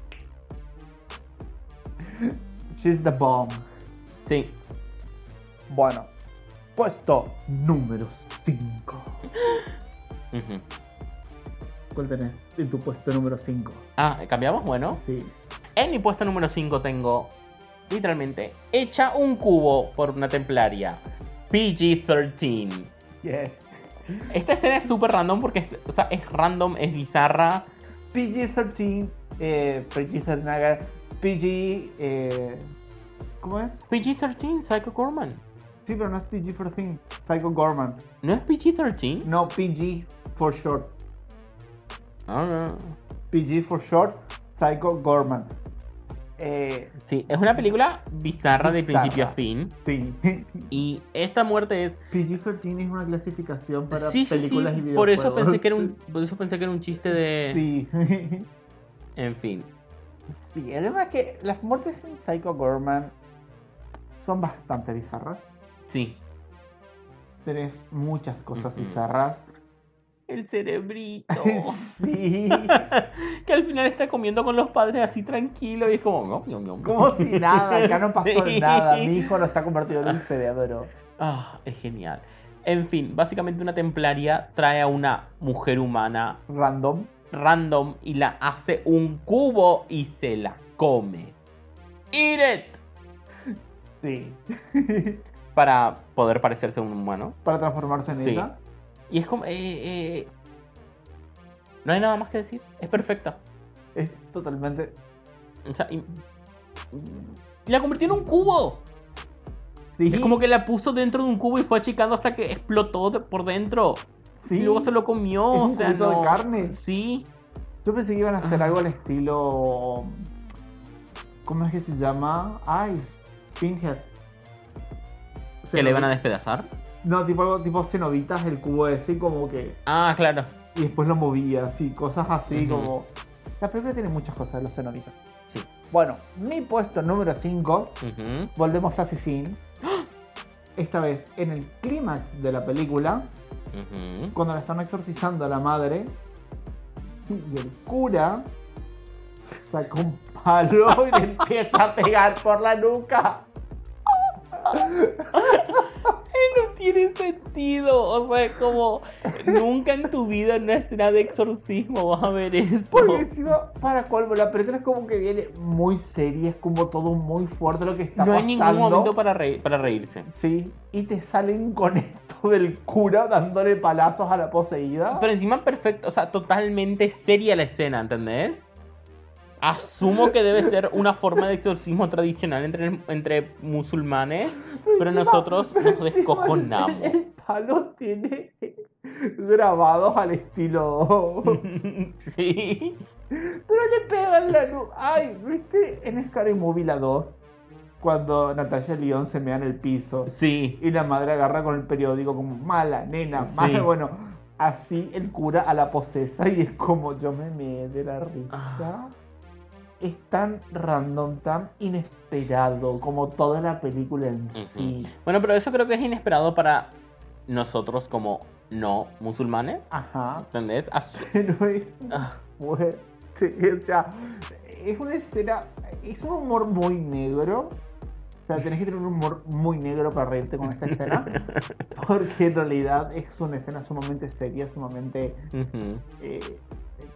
[SPEAKER 1] She's the bomb.
[SPEAKER 3] Sí.
[SPEAKER 1] Bueno, puesto número 5.
[SPEAKER 3] Ujú.
[SPEAKER 1] ¿Cuál tenés en tu puesto número 5?
[SPEAKER 3] Ah, cambiamos, bueno.
[SPEAKER 1] Sí.
[SPEAKER 3] En mi puesto número 5 tengo, literalmente, hecha un cubo por una templaria. PG-13.
[SPEAKER 1] Yes.
[SPEAKER 3] Esta escena es súper random porque es, o sea, es random, es bizarra.
[SPEAKER 1] PG-13, eh, PG-13, PG, eh, ¿cómo es?
[SPEAKER 3] PG-13, Psycho Gorman.
[SPEAKER 1] Sí, pero no es PG-13, Psycho Gorman.
[SPEAKER 3] ¿No es PG-13?
[SPEAKER 1] No, PG for short.
[SPEAKER 3] Ah, no.
[SPEAKER 1] PG for short, Psycho Gorman. Eh,
[SPEAKER 3] Sí, es una película bizarra de
[SPEAKER 1] Bizarra.
[SPEAKER 3] principio a fin.
[SPEAKER 1] sí. (laughs)
[SPEAKER 3] Y esta muerte es.
[SPEAKER 1] PG-13 es una clasificación para
[SPEAKER 3] sí, sí, sí.
[SPEAKER 1] películas y videojuegos.
[SPEAKER 3] Por eso pensé que era un. Por eso pensé que era un chiste de.
[SPEAKER 1] (laughs) Sí. (laughs)
[SPEAKER 3] En fin.
[SPEAKER 1] sí, además que las muertes en Psycho Gorman son bastante bizarras.
[SPEAKER 3] Sí.
[SPEAKER 1] Tenés muchas cosas
[SPEAKER 3] Ujú. Oh.
[SPEAKER 1] bizarras.
[SPEAKER 3] El (laughs) cerebrito.
[SPEAKER 1] (laughs) Sí.
[SPEAKER 3] que al final está comiendo con los padres así tranquilo. Y es como. "No, no, no".
[SPEAKER 1] Como si nada, acá no pasó
[SPEAKER 3] Sí.
[SPEAKER 1] nada. Mi hijo no está convertido en un cerebro.
[SPEAKER 3] Ah, es genial. En fin, básicamente una templaria trae a una mujer humana
[SPEAKER 1] Random.
[SPEAKER 3] random y la hace un cubo y se la come. ¡Eat it!
[SPEAKER 1] Sí.
[SPEAKER 3] para poder parecerse a un humano.
[SPEAKER 1] Para transformarse en
[SPEAKER 3] Sí.
[SPEAKER 1] ella.
[SPEAKER 3] Y es como. eh, eh, no hay nada más que decir. Es perfecta.
[SPEAKER 1] Es totalmente.
[SPEAKER 3] O sea, y, y la convirtió en un cubo.
[SPEAKER 1] Sí.
[SPEAKER 3] Es como que la puso dentro de un cubo y fue achicando hasta que explotó de- por dentro.
[SPEAKER 1] Sí.
[SPEAKER 3] Y luego se lo comió.
[SPEAKER 1] Es
[SPEAKER 3] o
[SPEAKER 1] un
[SPEAKER 3] sea,
[SPEAKER 1] cubito de
[SPEAKER 3] no-
[SPEAKER 1] carne.
[SPEAKER 3] Sí.
[SPEAKER 1] Yo pensé que iban a hacer
[SPEAKER 3] Ah.
[SPEAKER 1] algo al estilo. ¿Cómo es que se llama? Ay, Pinhead.
[SPEAKER 3] Que le van a
[SPEAKER 1] Cenobi-
[SPEAKER 3] despedazar.
[SPEAKER 1] No, tipo algo tipo cenobitas, el cubo ese, como que.
[SPEAKER 3] Ah, claro.
[SPEAKER 1] Y después lo movía, así, cosas así,
[SPEAKER 3] Ujú.
[SPEAKER 1] como. La película tiene muchas cosas de los cenobitas.
[SPEAKER 3] Sí.
[SPEAKER 1] Bueno, mi puesto número 5
[SPEAKER 3] Ujú.
[SPEAKER 1] volvemos a Cecil. Esta vez en el clímax de la película,
[SPEAKER 3] Ujú.
[SPEAKER 1] cuando la están exorcizando a la madre, y el cura
[SPEAKER 3] (laughs)
[SPEAKER 1] saca un palo y le empieza a pegar por la nuca.
[SPEAKER 3] No tiene sentido. O sea, es como nunca en tu vida en una escena de exorcismo vas a ver eso.
[SPEAKER 1] Porque encima, para colmo, la película es como que viene muy seria, es como todo muy fuerte lo que está
[SPEAKER 3] No hay
[SPEAKER 1] pasando.
[SPEAKER 3] ningún momento para, reír- para reírse.
[SPEAKER 1] Sí, y te salen con esto del cura dándole palazos a la poseída.
[SPEAKER 3] Pero encima perfecto, o sea, totalmente seria la escena, ¿entendés? Asumo que debe ser una forma de exorcismo tradicional entre, entre musulmanes, pero
[SPEAKER 1] encima-
[SPEAKER 3] nosotros nos
[SPEAKER 1] encima el-
[SPEAKER 3] descojonamos.
[SPEAKER 1] El palo tiene grabados al estilo.
[SPEAKER 3] (laughs) Sí.
[SPEAKER 1] Pero le pegan la luz. Ay, ¿viste en Scary Movie la 2? Cuando Natasha León se mea en el piso.
[SPEAKER 3] Sí.
[SPEAKER 1] Y la madre agarra con el periódico como mala, nena,
[SPEAKER 3] Sí.
[SPEAKER 1] mala. Bueno, así el cura a la posesa y es como yo me meé de la risa. Es tan random, tan inesperado, como toda la película en sí.
[SPEAKER 3] Bueno, pero eso creo que es inesperado para nosotros como no musulmanes, (laughs)
[SPEAKER 1] Ajá.
[SPEAKER 3] ¿entendés? Asu-
[SPEAKER 1] Pero es
[SPEAKER 3] Ah,
[SPEAKER 1] (laughs) fuerte. O sea, es una escena. Es un humor muy negro. O sea, tenés que tener un humor muy negro para reírte con esta
[SPEAKER 3] (laughs)
[SPEAKER 1] escena. Porque en realidad es una escena sumamente seria, sumamente
[SPEAKER 3] ujú.
[SPEAKER 1] eh,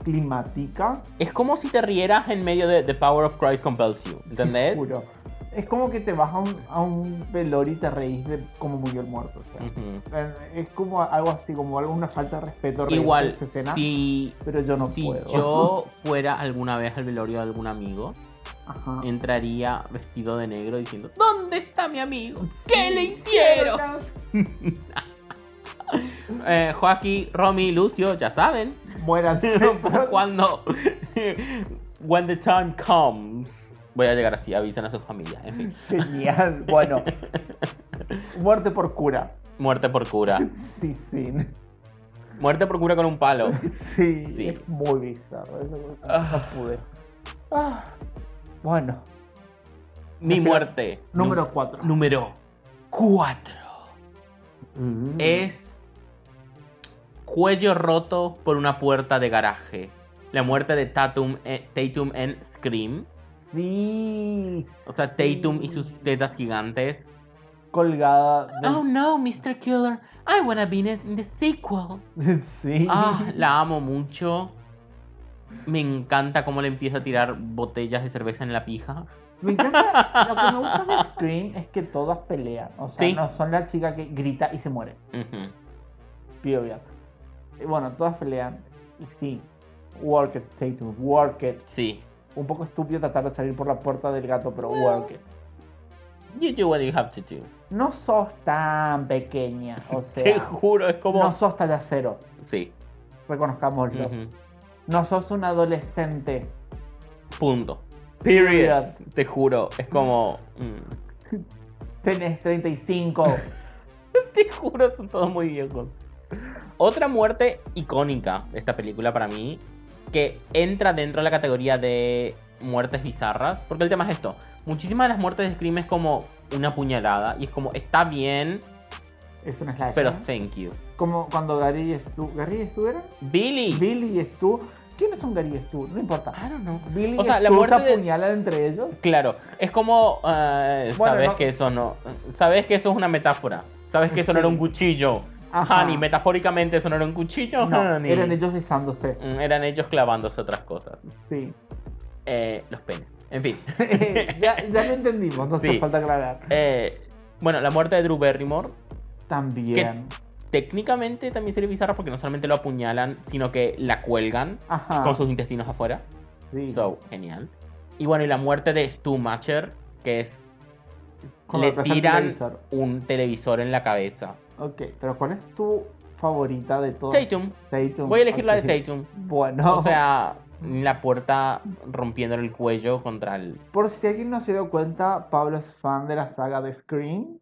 [SPEAKER 1] climática,
[SPEAKER 3] Es como si te rieras en medio de The Power of Christ Compels You,
[SPEAKER 1] te
[SPEAKER 3] ¿entendés?
[SPEAKER 1] juro. Es como que te vas a un, a un velorio y te reís de cómo murió el muerto. o sea.
[SPEAKER 3] Ujú.
[SPEAKER 1] Eh, Es como algo así, como algo, una falta de respeto. reírte de
[SPEAKER 3] Igual,
[SPEAKER 1] esta escena,
[SPEAKER 3] si
[SPEAKER 1] Pero yo no
[SPEAKER 3] si
[SPEAKER 1] puedo.
[SPEAKER 3] yo fuera alguna vez al velorio de algún amigo,
[SPEAKER 1] (laughs) Ajá.
[SPEAKER 3] entraría vestido de negro diciendo, ¿dónde está mi amigo? ¿Qué
[SPEAKER 1] Sí,
[SPEAKER 3] le hicieron?
[SPEAKER 1] ¿verdad?
[SPEAKER 3] Eh, Joaquín, Romy, Lucio, ya saben,
[SPEAKER 1] Mueran.
[SPEAKER 2] (laughs)
[SPEAKER 3] (laughs) cuando When the time comes. Voy a llegar así, avisan a sus familias. En fin,
[SPEAKER 1] Genial. Bueno. Muerte por cura.
[SPEAKER 3] muerte por cura.
[SPEAKER 1] Sí, sí.
[SPEAKER 3] Muerte por cura con un
[SPEAKER 2] (laughs)
[SPEAKER 3] palo.
[SPEAKER 1] Sí,
[SPEAKER 3] Sí.
[SPEAKER 1] es muy bizarro. eso no
[SPEAKER 3] Ah.
[SPEAKER 1] pude. Ah. Bueno,
[SPEAKER 3] Mi muerte.
[SPEAKER 1] número
[SPEAKER 3] Nú-
[SPEAKER 1] 4.
[SPEAKER 3] Número 4.
[SPEAKER 1] Mm.
[SPEAKER 3] es Cuello roto por una puerta de garaje. La muerte de Tatum, eh, Tatum en Scream.
[SPEAKER 1] Sí,
[SPEAKER 3] O sea, Tatum y sus tetas gigantes.
[SPEAKER 1] colgada del...
[SPEAKER 3] Ah.
[SPEAKER 2] Oh no, Mr. Killer. I wanna be in the sequel.
[SPEAKER 1] (laughs) Sí. (laughs)
[SPEAKER 3] Ah, la amo mucho. Me encanta cómo le empieza a tirar botellas de cerveza en la pija.
[SPEAKER 1] Me encanta. Lo que me gusta de Scream es que todas pelean. O sea,
[SPEAKER 3] Sí.
[SPEAKER 1] no son la chica que grita y se muere.
[SPEAKER 3] Ujú.
[SPEAKER 1] Period. Y bueno, todas pelean. Y sí. Work it, Tatum. Work it.
[SPEAKER 3] Sí.
[SPEAKER 1] Un poco estúpido tratar de salir por la puerta del gato, pero work it.
[SPEAKER 3] You do what you have to do.
[SPEAKER 1] No sos tan pequeña. O
[SPEAKER 3] (laughs) Te
[SPEAKER 1] sea,
[SPEAKER 3] juro, es como.
[SPEAKER 1] no sos talla cero.
[SPEAKER 3] Sí.
[SPEAKER 1] Reconozcámoslo.
[SPEAKER 3] Ujú.
[SPEAKER 1] No sos un adolescente.
[SPEAKER 3] Punto. Period.
[SPEAKER 1] Period.
[SPEAKER 3] Te juro, es como. mm. (laughs)
[SPEAKER 1] Tenés 35.
[SPEAKER 3] Te juro, son todos muy viejos. Otra muerte icónica de esta película para mí, que entra dentro de la categoría de muertes bizarras, porque el tema es esto. Muchísimas de las muertes de Scream es como una puñalada, y es como, está bien,
[SPEAKER 1] es un slash.
[SPEAKER 3] pero thank you.
[SPEAKER 1] Como cuando Gary y Stu. ¿Gary y Stu era?
[SPEAKER 3] Billy.
[SPEAKER 1] Billy y Stu. ¿Quiénes son Gary y Stu? No importa.
[SPEAKER 3] I don't know.
[SPEAKER 1] Billy
[SPEAKER 3] Ah. O sea,
[SPEAKER 1] y
[SPEAKER 3] la
[SPEAKER 1] Stu
[SPEAKER 3] muerte
[SPEAKER 1] se
[SPEAKER 3] de-
[SPEAKER 1] apuñalan entre ellos.
[SPEAKER 3] Claro, es como, eh,
[SPEAKER 1] Bueno,
[SPEAKER 3] sabes
[SPEAKER 1] no-
[SPEAKER 3] que eso no, sabes que eso es una metáfora, sabes que eso no era un cuchillo.
[SPEAKER 1] Ajá.
[SPEAKER 3] Honey, metafóricamente eso no era un cuchillo,
[SPEAKER 1] No,
[SPEAKER 3] honey.
[SPEAKER 1] eran ellos besándose.
[SPEAKER 3] Mm, eran ellos clavándose otras cosas. (laughs)
[SPEAKER 1] Sí. (laughs)
[SPEAKER 3] Eh, los penes. En fin. (laughs)
[SPEAKER 1] ya, ya lo entendimos, no
[SPEAKER 3] Sí.
[SPEAKER 1] hace falta aclarar.
[SPEAKER 3] Eh, bueno, la muerte de Drew Barrymore
[SPEAKER 1] También.
[SPEAKER 3] técnicamente también sería bizarra porque no solamente lo apuñalan, sino que la cuelgan
[SPEAKER 1] Ajá.
[SPEAKER 3] con sus intestinos afuera.
[SPEAKER 1] sí.
[SPEAKER 3] So, genial. Y bueno, y la muerte de Stu Matcher, que es...
[SPEAKER 1] Con la
[SPEAKER 3] le
[SPEAKER 1] presa del
[SPEAKER 3] tiran
[SPEAKER 1] televisor.
[SPEAKER 3] un televisor en la cabeza.
[SPEAKER 1] Ok, pero ¿cuál es tu favorita de todas?
[SPEAKER 3] Tatum.
[SPEAKER 1] Tatum.
[SPEAKER 3] Voy a elegir la de
[SPEAKER 1] Oh. Ok.
[SPEAKER 3] Tatum.
[SPEAKER 1] Bueno,
[SPEAKER 3] O sea, la puerta rompiendo el cuello contra el...
[SPEAKER 1] por si alguien no se dio cuenta, Pablo es fan de la saga de Scream.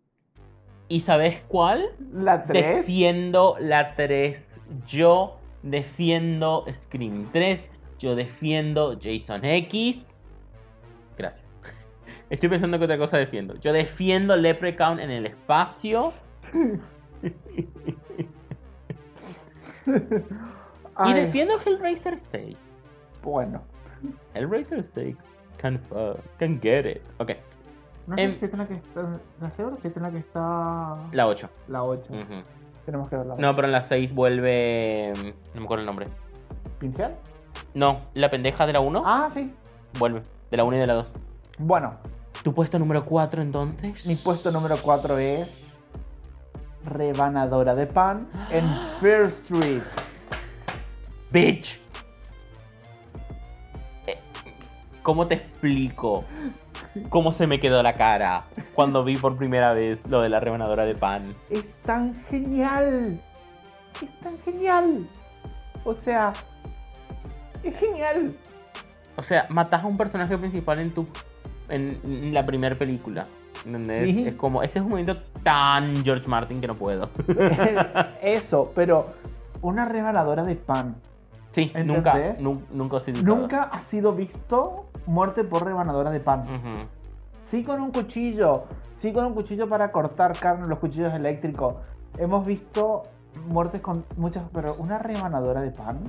[SPEAKER 3] ¿Y sabes cuál?
[SPEAKER 1] La 3.
[SPEAKER 3] Defiendo la 3. Yo defiendo Scream 3. Yo defiendo Jason X. Gracias. (laughs) Estoy pensando que otra cosa defiendo. Yo defiendo Leprechaun en el espacio. Y defiendo Hellraiser 6.
[SPEAKER 1] Bueno,
[SPEAKER 3] Hellraiser 6 can, fuck, can get uh, it. Ok.
[SPEAKER 1] No sé
[SPEAKER 3] Em-
[SPEAKER 1] si esta es la que está. ¿La 0 si esta es la que está.
[SPEAKER 3] La 8.
[SPEAKER 1] La 8. Tenemos que ver la 8.
[SPEAKER 3] No, pero en la 6 vuelve. mm, No me acuerdo el nombre.
[SPEAKER 1] ¿Pincel?
[SPEAKER 3] No, la pendeja de la 1
[SPEAKER 1] Ah, sí.
[SPEAKER 3] vuelve. De la 1 y de la 2.
[SPEAKER 1] Bueno,
[SPEAKER 3] ¿Tu puesto número 4 entonces?
[SPEAKER 1] mi puesto número 4 es. Rebanadora de pan en Fair Street.
[SPEAKER 3] Bitch. Eh, ¿Cómo te explico? ¿Cómo se me quedó la cara cuando vi por primera vez lo de la rebanadora de pan?
[SPEAKER 1] es tan genial. Es tan genial. O sea, es genial. (laughs)
[SPEAKER 3] O sea, matas a un personaje principal en tu en, en la primera película. ¿Entendés?
[SPEAKER 1] Sí.
[SPEAKER 3] Es como, ese es un momento tan George Martin que no puedo.
[SPEAKER 1] Eso, pero una rebanadora de pan.
[SPEAKER 3] Sí,
[SPEAKER 1] ¿Entendés?
[SPEAKER 3] nunca, nu- nunca he sido
[SPEAKER 1] Nunca ha sido visto muerte por rebanadora de pan.
[SPEAKER 3] Ujú.
[SPEAKER 1] Sí con un cuchillo, sí con un cuchillo para cortar carne, los cuchillos eléctricos. Hemos visto muertes con muchas, pero una rebanadora de pan.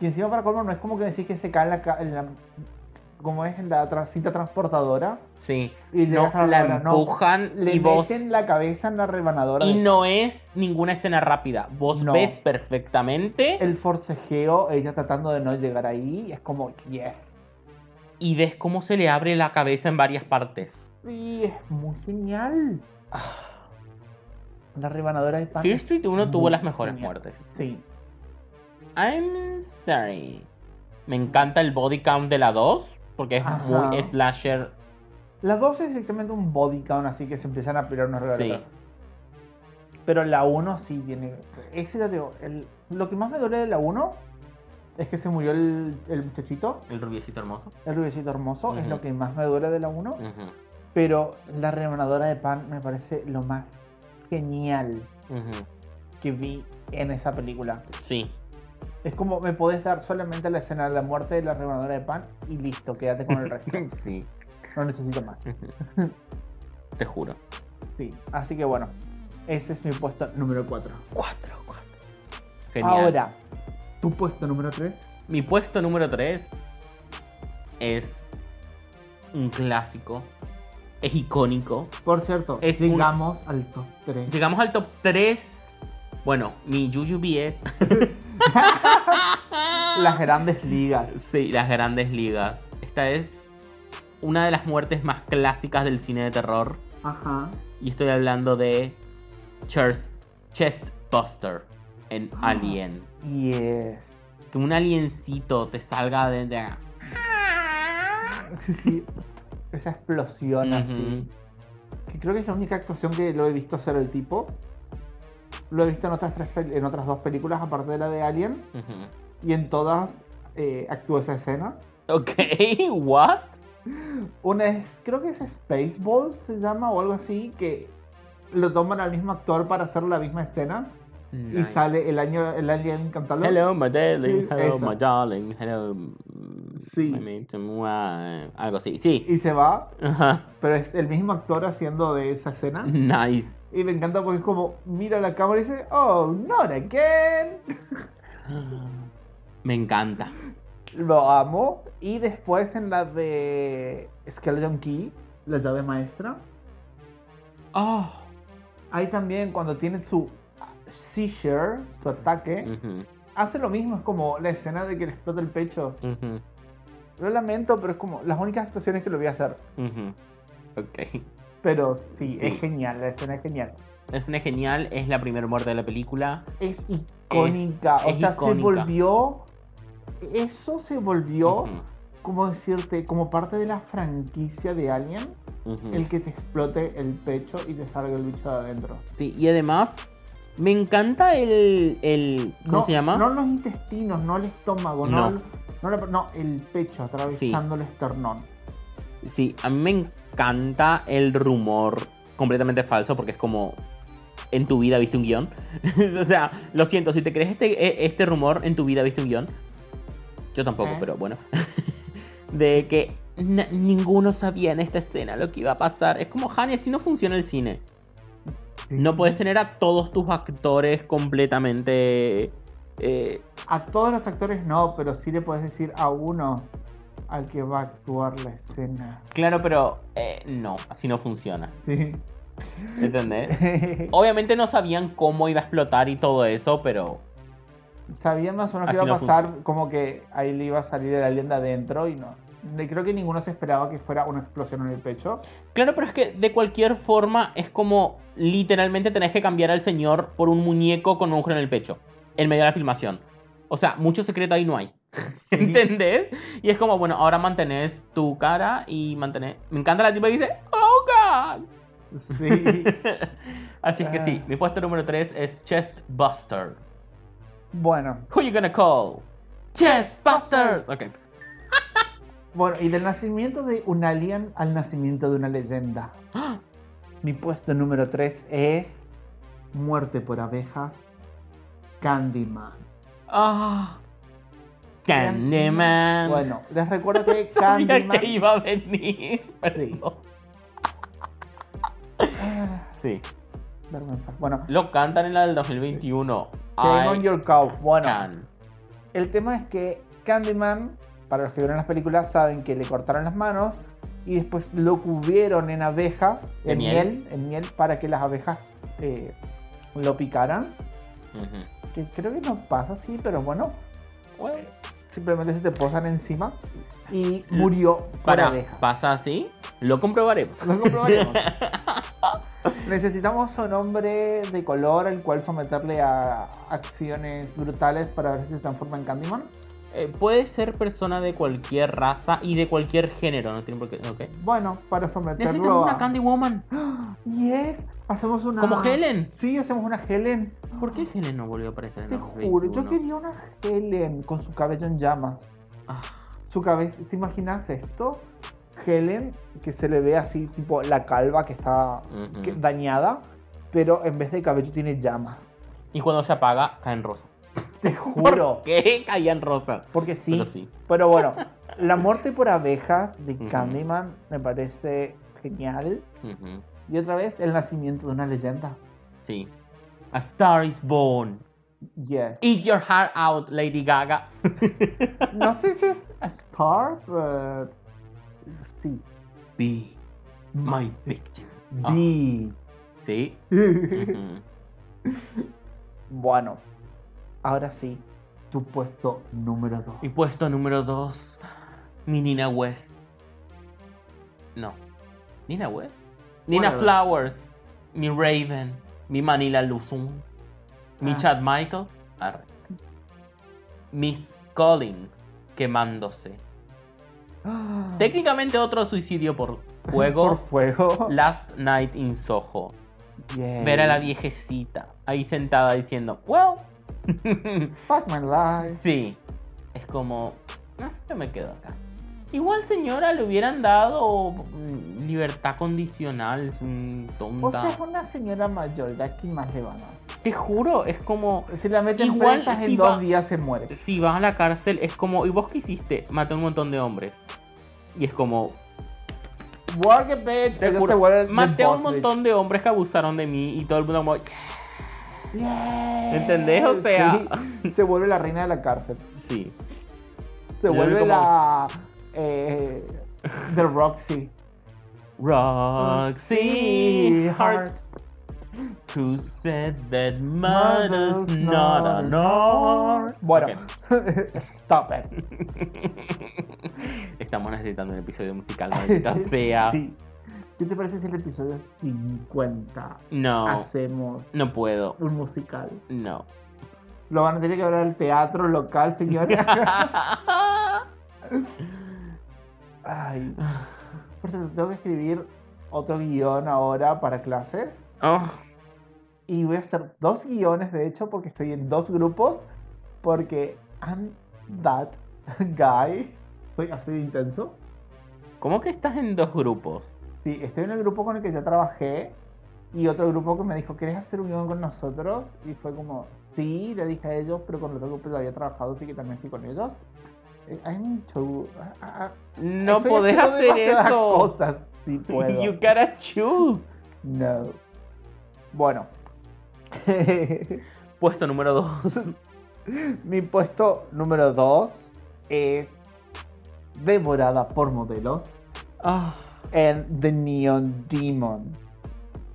[SPEAKER 1] Y encima para colmo no es como que decís que se cae en la, ca- en la- como es en la tra- cinta transportadora.
[SPEAKER 3] Sí.
[SPEAKER 1] Y le
[SPEAKER 3] No,
[SPEAKER 1] das a la
[SPEAKER 3] la
[SPEAKER 1] rebanadora, no.
[SPEAKER 3] empujan
[SPEAKER 1] Le
[SPEAKER 3] y vos
[SPEAKER 1] meten la cabeza en la rebanadora.
[SPEAKER 3] Y
[SPEAKER 1] de-
[SPEAKER 3] no es ninguna escena rápida. Vos
[SPEAKER 1] No.
[SPEAKER 3] ves perfectamente
[SPEAKER 1] El forcejeo, ella tratando de no llegar ahí, es como, yes.
[SPEAKER 3] y ves cómo se le abre la cabeza en varias partes.
[SPEAKER 1] Sí, es muy genial.
[SPEAKER 3] Ah.
[SPEAKER 1] La rebanadora de pan.
[SPEAKER 3] Fear
[SPEAKER 1] es
[SPEAKER 3] Street 1
[SPEAKER 1] muy
[SPEAKER 3] tuvo las mejores
[SPEAKER 1] genial.
[SPEAKER 3] muertes.
[SPEAKER 1] Sí.
[SPEAKER 3] I'm sorry. Me encanta el body count de la 2 porque es
[SPEAKER 1] Ajá.
[SPEAKER 3] muy slasher.
[SPEAKER 1] La 2 es directamente un body count, así que se empiezan a pelear unos
[SPEAKER 3] Sí.
[SPEAKER 1] regalos. Pero la 1 sí tiene. Ese ya te digo, el- lo que más me duele de la 1 es que se murió el, el muchachito,
[SPEAKER 3] El rubiecito hermoso.
[SPEAKER 1] el rubicito hermoso, es
[SPEAKER 3] Ujú.
[SPEAKER 1] lo que más me duele de la 1.
[SPEAKER 3] Ujú,
[SPEAKER 1] Pero la rebanadora de pan me parece lo más genial
[SPEAKER 3] ujú.
[SPEAKER 1] que vi en esa película. (laughs)
[SPEAKER 3] Sí.
[SPEAKER 1] Es como me podés dar solamente la escena de la muerte de la rebanadora de pan y listo, quédate con el resto. (laughs)
[SPEAKER 3] Sí,
[SPEAKER 1] No necesito más.
[SPEAKER 3] te juro.
[SPEAKER 1] Sí. Así que bueno, ese es mi puesto número 4.
[SPEAKER 3] 4, 4. Genial.
[SPEAKER 1] Ahora, tu puesto número 3.
[SPEAKER 3] Mi puesto número 3 es un clásico. Es icónico.
[SPEAKER 1] Por cierto,
[SPEAKER 3] Es un-
[SPEAKER 1] llegamos al top 3.
[SPEAKER 3] Llegamos al top 3. Bueno, mi Jujubee es.
[SPEAKER 1] Las grandes ligas.
[SPEAKER 3] (laughs) Sí, las grandes ligas. Esta es una de las muertes más clásicas del cine de terror.
[SPEAKER 1] Ajá.
[SPEAKER 3] Y estoy hablando de Chest, Chestbuster en
[SPEAKER 1] Ah.
[SPEAKER 3] Alien.
[SPEAKER 1] Yes.
[SPEAKER 3] Que un aliencito te salga de. de-
[SPEAKER 1] (laughs) Sí. Esa explosión así.
[SPEAKER 3] Ujú.
[SPEAKER 1] que creo que es la única actuación que lo he visto hacer el tipo. Lo he visto en otras, tres pel- en otras dos películas, aparte de la de Alien,
[SPEAKER 3] Ujú.
[SPEAKER 1] y en todas eh, actuó esa escena.
[SPEAKER 3] Ok, (laughs) what?
[SPEAKER 1] Una es, creo que es Spaceballs se llama o algo así, que lo toman al mismo actor para hacer la misma escena y sale el, año, el Alien cantando.
[SPEAKER 3] Hello, my
[SPEAKER 1] Sí,
[SPEAKER 3] darling. Hello,
[SPEAKER 1] esa.
[SPEAKER 3] my darling. Hello. mm,
[SPEAKER 1] Sí.
[SPEAKER 3] my mate, mua, Algo así. Sí.
[SPEAKER 1] Y se va,
[SPEAKER 3] Ajá.
[SPEAKER 1] pero es el mismo actor haciendo de esa escena.
[SPEAKER 3] Nice.
[SPEAKER 1] Y me encanta porque es como, mira la cámara y dice, oh, not again.
[SPEAKER 3] Me encanta.
[SPEAKER 1] Lo amo. Y después en la de Skeleton Key, la llave maestra.
[SPEAKER 3] Oh.
[SPEAKER 1] Ahí también cuando tiene su seizure, su ataque,
[SPEAKER 3] Mm.
[SPEAKER 1] hace lo mismo. Es como la escena de que le explota el pecho. Lo lamento, pero es como las únicas actuaciones que lo voy a hacer.
[SPEAKER 3] Ok.
[SPEAKER 1] Pero sí,
[SPEAKER 3] Sí.
[SPEAKER 1] es genial, la escena es genial.
[SPEAKER 3] La escena es genial. Es la primera muerte de la película.
[SPEAKER 1] Es icónica. o
[SPEAKER 3] es
[SPEAKER 1] sea, se
[SPEAKER 3] icónica.
[SPEAKER 1] volvió... Eso se volvió,
[SPEAKER 3] Ujú,
[SPEAKER 1] como decirte, como parte de la franquicia de Alien.
[SPEAKER 3] ujú.
[SPEAKER 1] el que te explote el pecho y te salga el bicho de adentro.
[SPEAKER 3] Sí, y además, me encanta el. el ¿Cómo
[SPEAKER 1] no,
[SPEAKER 3] se llama?
[SPEAKER 1] No los intestinos, no el estómago, no,
[SPEAKER 3] No.
[SPEAKER 1] el- no, la- no, el pecho atravesando el esternón.
[SPEAKER 3] Sí, a mí me encanta el rumor completamente falso porque es como en tu vida viste un guión. (laughs) o sea, lo siento, si te crees este, e- este rumor, en tu vida viste un guión. Yo tampoco,
[SPEAKER 1] ¿Eh?
[SPEAKER 3] pero bueno. (laughs) De que na- ninguno sabía en esta escena lo que iba a pasar. Es como, Hani, así no funciona el cine. No puedes tener a todos tus actores completamente... eh,
[SPEAKER 1] A todos los actores no, pero sí le puedes decir a uno al que va a actuar la escena.
[SPEAKER 3] Claro, pero eh, no, así no funciona. (laughs)
[SPEAKER 1] Sí.
[SPEAKER 3] ¿Entendés? Obviamente no sabían cómo iba a explotar y todo eso, pero
[SPEAKER 1] Sabían más o menos que
[SPEAKER 3] Así
[SPEAKER 1] iba a
[SPEAKER 3] no
[SPEAKER 1] pasar, como que ahí le iba a salir el alien de adentro y no. de- creo que ninguno se esperaba que fuera una explosión en el
[SPEAKER 3] (laughs)
[SPEAKER 1] pecho.
[SPEAKER 3] Claro, pero es que de cualquier forma es como literalmente tenés que cambiar al señor por un muñeco con un agujero en el pecho, en medio de la filmación. O sea, mucho secreto ahí no hay. ¿Entendés? Y es como, bueno, ahora mantenés tu cara y mantenés... Me encanta la tipa que dice, ¡Oh, God!
[SPEAKER 1] Sí.
[SPEAKER 3] Así es que sí,
[SPEAKER 1] Ah.
[SPEAKER 3] mi puesto número 3 es Chest Buster.
[SPEAKER 1] bueno,
[SPEAKER 3] Who you gonna call?
[SPEAKER 2] Chest Busters.
[SPEAKER 3] Ok.
[SPEAKER 1] bueno, y del nacimiento de un alien al nacimiento de una leyenda.
[SPEAKER 3] ¡Ah!
[SPEAKER 1] Mi puesto número 3 es Muerte por abejas, Candyman.
[SPEAKER 3] Ah. Candyman.
[SPEAKER 1] Bueno, les recuerdo
[SPEAKER 3] (laughs)
[SPEAKER 1] que
[SPEAKER 3] Sabía
[SPEAKER 1] Candyman...
[SPEAKER 3] que iba a venir. Perdón.
[SPEAKER 1] Ah,
[SPEAKER 3] Sí.
[SPEAKER 1] vergüenza. Bueno,
[SPEAKER 3] Lo cantan en la del 2021.
[SPEAKER 1] Shame on
[SPEAKER 3] I
[SPEAKER 1] Your Cow. Bueno,
[SPEAKER 3] can.
[SPEAKER 1] El tema es que Candyman, para los que vieron las películas, saben que le cortaron las manos y después lo cubrieron en abeja,
[SPEAKER 3] ¿De
[SPEAKER 1] en
[SPEAKER 3] miel?
[SPEAKER 1] miel? en miel, para que las abejas eh, lo picaran.
[SPEAKER 3] Ujú.
[SPEAKER 1] Que creo que no pasa así, pero bueno,
[SPEAKER 3] Bueno,
[SPEAKER 1] simplemente se te posan encima y murió por
[SPEAKER 3] Para,
[SPEAKER 1] abeja.
[SPEAKER 3] ¿pasa así? Lo comprobaremos.
[SPEAKER 1] Lo
[SPEAKER 3] (laughs)
[SPEAKER 1] comprobaremos. Necesitamos un hombre de color al cual someterle a acciones brutales para ver si se transforma en Candyman.
[SPEAKER 3] Eh, puede ser persona de cualquier raza y de cualquier género, no tiene por qué. ok.
[SPEAKER 1] Bueno, para someterlo
[SPEAKER 3] Necesitamos
[SPEAKER 1] a-
[SPEAKER 3] una Candy Woman.
[SPEAKER 1] Yes, hacemos una.
[SPEAKER 3] Como Helen.
[SPEAKER 1] Sí, hacemos una Helen.
[SPEAKER 3] ¿Por qué Helen no volvió a aparecer en
[SPEAKER 1] Te
[SPEAKER 3] el
[SPEAKER 1] juro,
[SPEAKER 3] 2021?
[SPEAKER 1] yo quería una Helen con su cabello en llamas.
[SPEAKER 3] Ah,
[SPEAKER 1] Su cabeza, ¿te imaginas esto? Helen, que se le ve así, tipo la calva que está
[SPEAKER 3] mm, mm.
[SPEAKER 1] que- dañada, pero en vez de cabello tiene llamas.
[SPEAKER 3] Y cuando se apaga, caen rosas.
[SPEAKER 1] Te juro.
[SPEAKER 3] ¿Qué? (laughs) Caían rosas.
[SPEAKER 1] Porque sí.
[SPEAKER 3] Pero sí.
[SPEAKER 1] Pero bueno, la muerte por abejas de
[SPEAKER 3] Ujú.
[SPEAKER 1] Candyman me parece genial.
[SPEAKER 3] Ujú.
[SPEAKER 1] Y otra vez, el nacimiento de una leyenda.
[SPEAKER 3] Sí. A Star is Born.
[SPEAKER 1] Yes.
[SPEAKER 3] Eat your heart out, Lady Gaga.
[SPEAKER 1] No sé si es a star, but... Sí.
[SPEAKER 3] (laughs) Be my victim.
[SPEAKER 1] B.
[SPEAKER 3] Sí. Ujú.
[SPEAKER 1] bueno, ahora sí, tu puesto número 2. (gasps)
[SPEAKER 3] Y puesto número 2, mi Nina West. No. Nina West. Nina
[SPEAKER 1] Whatever.
[SPEAKER 3] Flowers. Mi Raven. Mi Manila Luzum. Mi
[SPEAKER 1] Ah.
[SPEAKER 3] Chad Michaels. Arre. Miss Collins quemándose. Técnicamente otro suicidio (laughs) por
[SPEAKER 1] por
[SPEAKER 3] juego.
[SPEAKER 1] fuego.
[SPEAKER 3] Last Night in Soho.
[SPEAKER 1] Yay.
[SPEAKER 3] Ver a la viejecita ahí sentada diciendo, well. (laughs)
[SPEAKER 1] Fuck my life.
[SPEAKER 3] Sí, es como, "Ah, yo me quedo acá. Igual, señora, le hubieran dado mm, libertad condicional, es un
[SPEAKER 1] O
[SPEAKER 3] tonta.
[SPEAKER 1] sea, es una señora mayor, ya aquí más le van a hacer?
[SPEAKER 3] Te juro, es como,
[SPEAKER 1] Si la meten
[SPEAKER 3] Igual
[SPEAKER 1] presas
[SPEAKER 3] si
[SPEAKER 1] en dos
[SPEAKER 3] va-
[SPEAKER 1] días se muere.
[SPEAKER 3] si vas a la cárcel, es como, ¿y vos qué hiciste? Maté a un montón de hombres. Y es como,
[SPEAKER 1] Work it, bitch.
[SPEAKER 3] te
[SPEAKER 1] Ellos
[SPEAKER 3] juro,
[SPEAKER 1] se vuelven the
[SPEAKER 3] maté a
[SPEAKER 1] boss,
[SPEAKER 3] un
[SPEAKER 1] bitch.
[SPEAKER 3] montón de hombres que abusaron de mí y todo el mundo como,
[SPEAKER 1] Yes.
[SPEAKER 3] ¿Entendés? O sea-
[SPEAKER 1] Sí, se vuelve la reina de la cárcel.
[SPEAKER 3] sí.
[SPEAKER 1] Se
[SPEAKER 3] Yo vi
[SPEAKER 1] vuelve
[SPEAKER 3] como-
[SPEAKER 1] la. Eh, The Roxy.
[SPEAKER 3] Roxy Hart, who said that mother's not an art.
[SPEAKER 1] Bueno,
[SPEAKER 3] Ok.
[SPEAKER 1] (laughs)
[SPEAKER 3] (laughs)
[SPEAKER 1] stop it.
[SPEAKER 3] Estamos necesitando un episodio
[SPEAKER 1] (laughs)
[SPEAKER 3] musical, maldita sea.
[SPEAKER 1] Sí. ¿Qué te parece si el episodio 50 Ah.
[SPEAKER 3] No,
[SPEAKER 1] hacemos
[SPEAKER 3] no puedo.
[SPEAKER 1] un musical? (laughs)
[SPEAKER 3] No.
[SPEAKER 1] Lo van a tener que hablar al teatro local,
[SPEAKER 3] (laughs)
[SPEAKER 1] señora. Ay. Por cierto, tengo que escribir otro guión ahora para clases.
[SPEAKER 3] Oh,
[SPEAKER 1] Y voy a hacer dos guiones, de hecho, porque estoy en dos grupos. Porque I'm that guy. Soy así de intenso.
[SPEAKER 3] ¿Cómo que estás en dos grupos?
[SPEAKER 1] Sí, estoy en el grupo con el que yo trabajé y otro grupo que me dijo, ¿querés hacer un guión con nosotros? Y fue como, sí, le dije a ellos, pero con el otro grupo ya había trabajado, así que también estoy con ellos. Eh, Hay mucho... ah, ah, ah,
[SPEAKER 3] No
[SPEAKER 1] estoy
[SPEAKER 3] podés
[SPEAKER 1] haciendo
[SPEAKER 3] hacer
[SPEAKER 1] demasiadas
[SPEAKER 3] eso.
[SPEAKER 1] cosas,
[SPEAKER 3] (laughs)
[SPEAKER 1] sí puedo.
[SPEAKER 3] You gotta choose.
[SPEAKER 1] No. Bueno. (laughs)
[SPEAKER 3] Puesto número dos.
[SPEAKER 1] Mi puesto número 2 es devorada por modelos
[SPEAKER 3] Ah.
[SPEAKER 1] en The Neon Demon.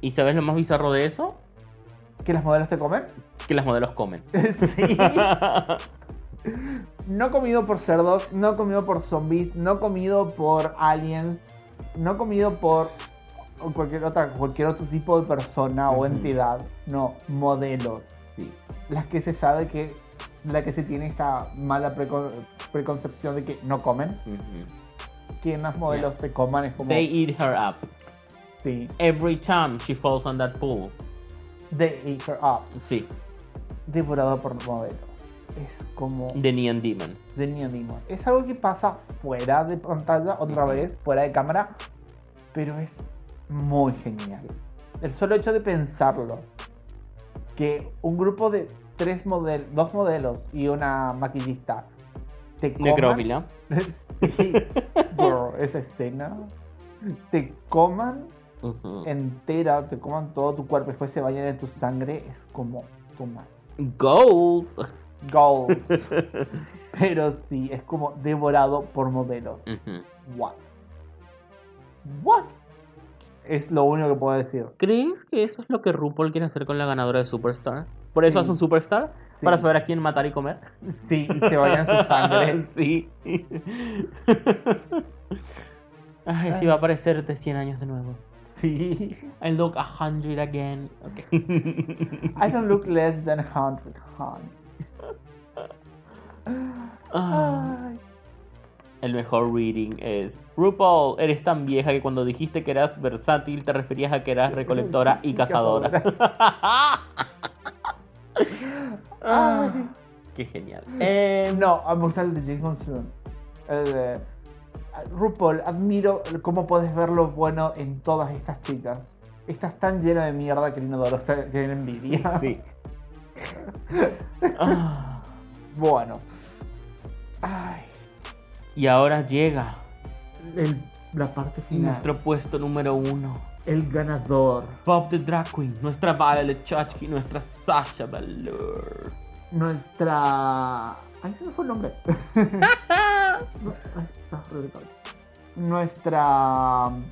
[SPEAKER 3] ¿Y sabes lo más bizarro de eso?
[SPEAKER 1] ¿Que las modelos te comen?
[SPEAKER 3] Que las modelos
[SPEAKER 1] (laughs)
[SPEAKER 3] comen.
[SPEAKER 1] sí. No comido por cerdos, no comido por zombies, no comido por aliens, no comido por cualquier, otra, cualquier otro tipo de persona
[SPEAKER 3] Ujú.
[SPEAKER 1] o entidad. No, modelos.
[SPEAKER 3] Sí.
[SPEAKER 1] Las que se sabe que, la que se tiene esta mala preco- preconcepción de que no comen.
[SPEAKER 3] Ujú.
[SPEAKER 1] Que más modelos te coman es como...
[SPEAKER 3] They eat her up.
[SPEAKER 1] sí,
[SPEAKER 3] Every time she falls on that pool.
[SPEAKER 1] they eat her up.
[SPEAKER 3] Sí,
[SPEAKER 1] Devorado por modelos. Es como...
[SPEAKER 3] The Neon Demon.
[SPEAKER 1] de Neon Demon. Es algo que pasa fuera de pantalla, otra
[SPEAKER 3] Ujú.
[SPEAKER 1] vez, fuera de cámara, pero es muy genial. El solo hecho de pensarlo, que un grupo de tres modelos, dos modelos y una maquillista te coman,
[SPEAKER 3] Necrófila.
[SPEAKER 1] (laughs) Sí, bro, esa escena, te coman
[SPEAKER 3] Ujú.
[SPEAKER 1] entera, te coman todo tu cuerpo, después se bañan en tu sangre, es como toma.
[SPEAKER 3] Goals. (laughs)
[SPEAKER 1] Goals. Pero sí, es como devorado por modelos.
[SPEAKER 3] Ujú.
[SPEAKER 1] What? What? Es lo único que puedo decir.
[SPEAKER 3] ¿Crees que eso es lo que RuPaul quiere hacer con la ganadora de Superstar? ¿Por eso
[SPEAKER 1] Sí.
[SPEAKER 3] hace un Superstar?
[SPEAKER 1] Sí.
[SPEAKER 3] Para saber a quién matar y comer.
[SPEAKER 1] Sí, y se vayan su
[SPEAKER 3] (laughs)
[SPEAKER 1] sangre. (laughs)
[SPEAKER 3] sí. Ay, sí va a aparecer de 100 años de nuevo.
[SPEAKER 1] Sí.
[SPEAKER 3] I look a hundred again.
[SPEAKER 1] (laughs)
[SPEAKER 3] Okay.
[SPEAKER 1] I don't look less than 100, hon.
[SPEAKER 3] Ah,
[SPEAKER 1] Ay.
[SPEAKER 3] el mejor reading es RuPaul, eres tan vieja que cuando dijiste que eras versátil te referías a que eras recolectora y cazadora. (laughs) Ah,
[SPEAKER 1] Ay.
[SPEAKER 3] (laughs) qué genial.
[SPEAKER 1] Eh, no, me gusta el de Jason Soon. El de- eh, RuPaul, admiro cómo puedes ver lo bueno en todas estas chicas. Estás tan lleno de mierda que el inodoro está que envidia.
[SPEAKER 3] (laughs) Sí. Ah,
[SPEAKER 1] (laughs) Bueno. Ay,
[SPEAKER 3] y ahora llega
[SPEAKER 1] el- la parte final.
[SPEAKER 3] nuestro puesto número uno.
[SPEAKER 1] El ganador.
[SPEAKER 3] Bob the Drag Queen, nuestra Violet Chachki, nuestra Sasha Valor.
[SPEAKER 1] Nuestra. Ay, se me fue el nombre. (laughs) No, ay, está re de cabeza. Nuestra. um,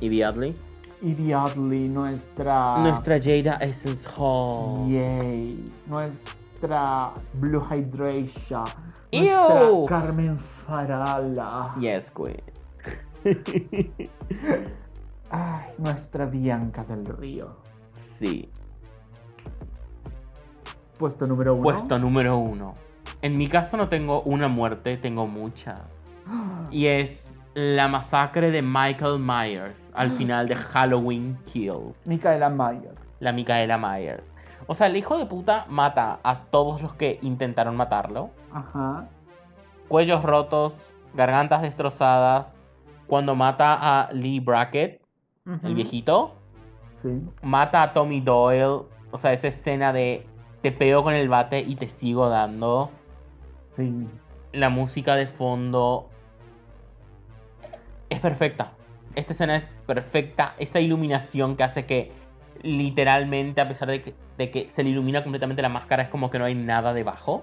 [SPEAKER 3] Y Beatley.
[SPEAKER 1] Iriadly, nuestra.
[SPEAKER 3] Nuestra Jada Essence Hall.
[SPEAKER 1] Yay. eh, Nuestra Blue Hydratia.
[SPEAKER 3] Ew.
[SPEAKER 1] Nuestra Carmen Farala. (laughs)
[SPEAKER 3] Yes, Queen.
[SPEAKER 1] Ay, nuestra Bianca del Río.
[SPEAKER 3] Sí.
[SPEAKER 1] Puesto número uno.
[SPEAKER 3] Puesto número uno. En mi caso no tengo una muerte,
[SPEAKER 1] (gasps)
[SPEAKER 3] tengo muchas. Y es la masacre de Michael Myers
[SPEAKER 1] (gasps)
[SPEAKER 3] al final de Halloween Kills.
[SPEAKER 1] Micaela Mayer.
[SPEAKER 3] La Micaela Myers. O sea, el hijo de puta mata a todos los que intentaron matarlo.
[SPEAKER 1] Ajá.
[SPEAKER 3] Cuellos rotos, gargantas destrozadas. Cuando mata a Lee Brackett, el
[SPEAKER 1] Ujú.
[SPEAKER 3] viejito,
[SPEAKER 1] Sí.
[SPEAKER 3] mata a Tommy Doyle. O sea, esa escena de te pego con el bate y te sigo dando.
[SPEAKER 1] Sí.
[SPEAKER 3] la música de fondo es perfecta. Esta escena es perfecta. Esa iluminación que hace que literalmente, a pesar de que, de que se le ilumina completamente la máscara, es como que no hay nada debajo.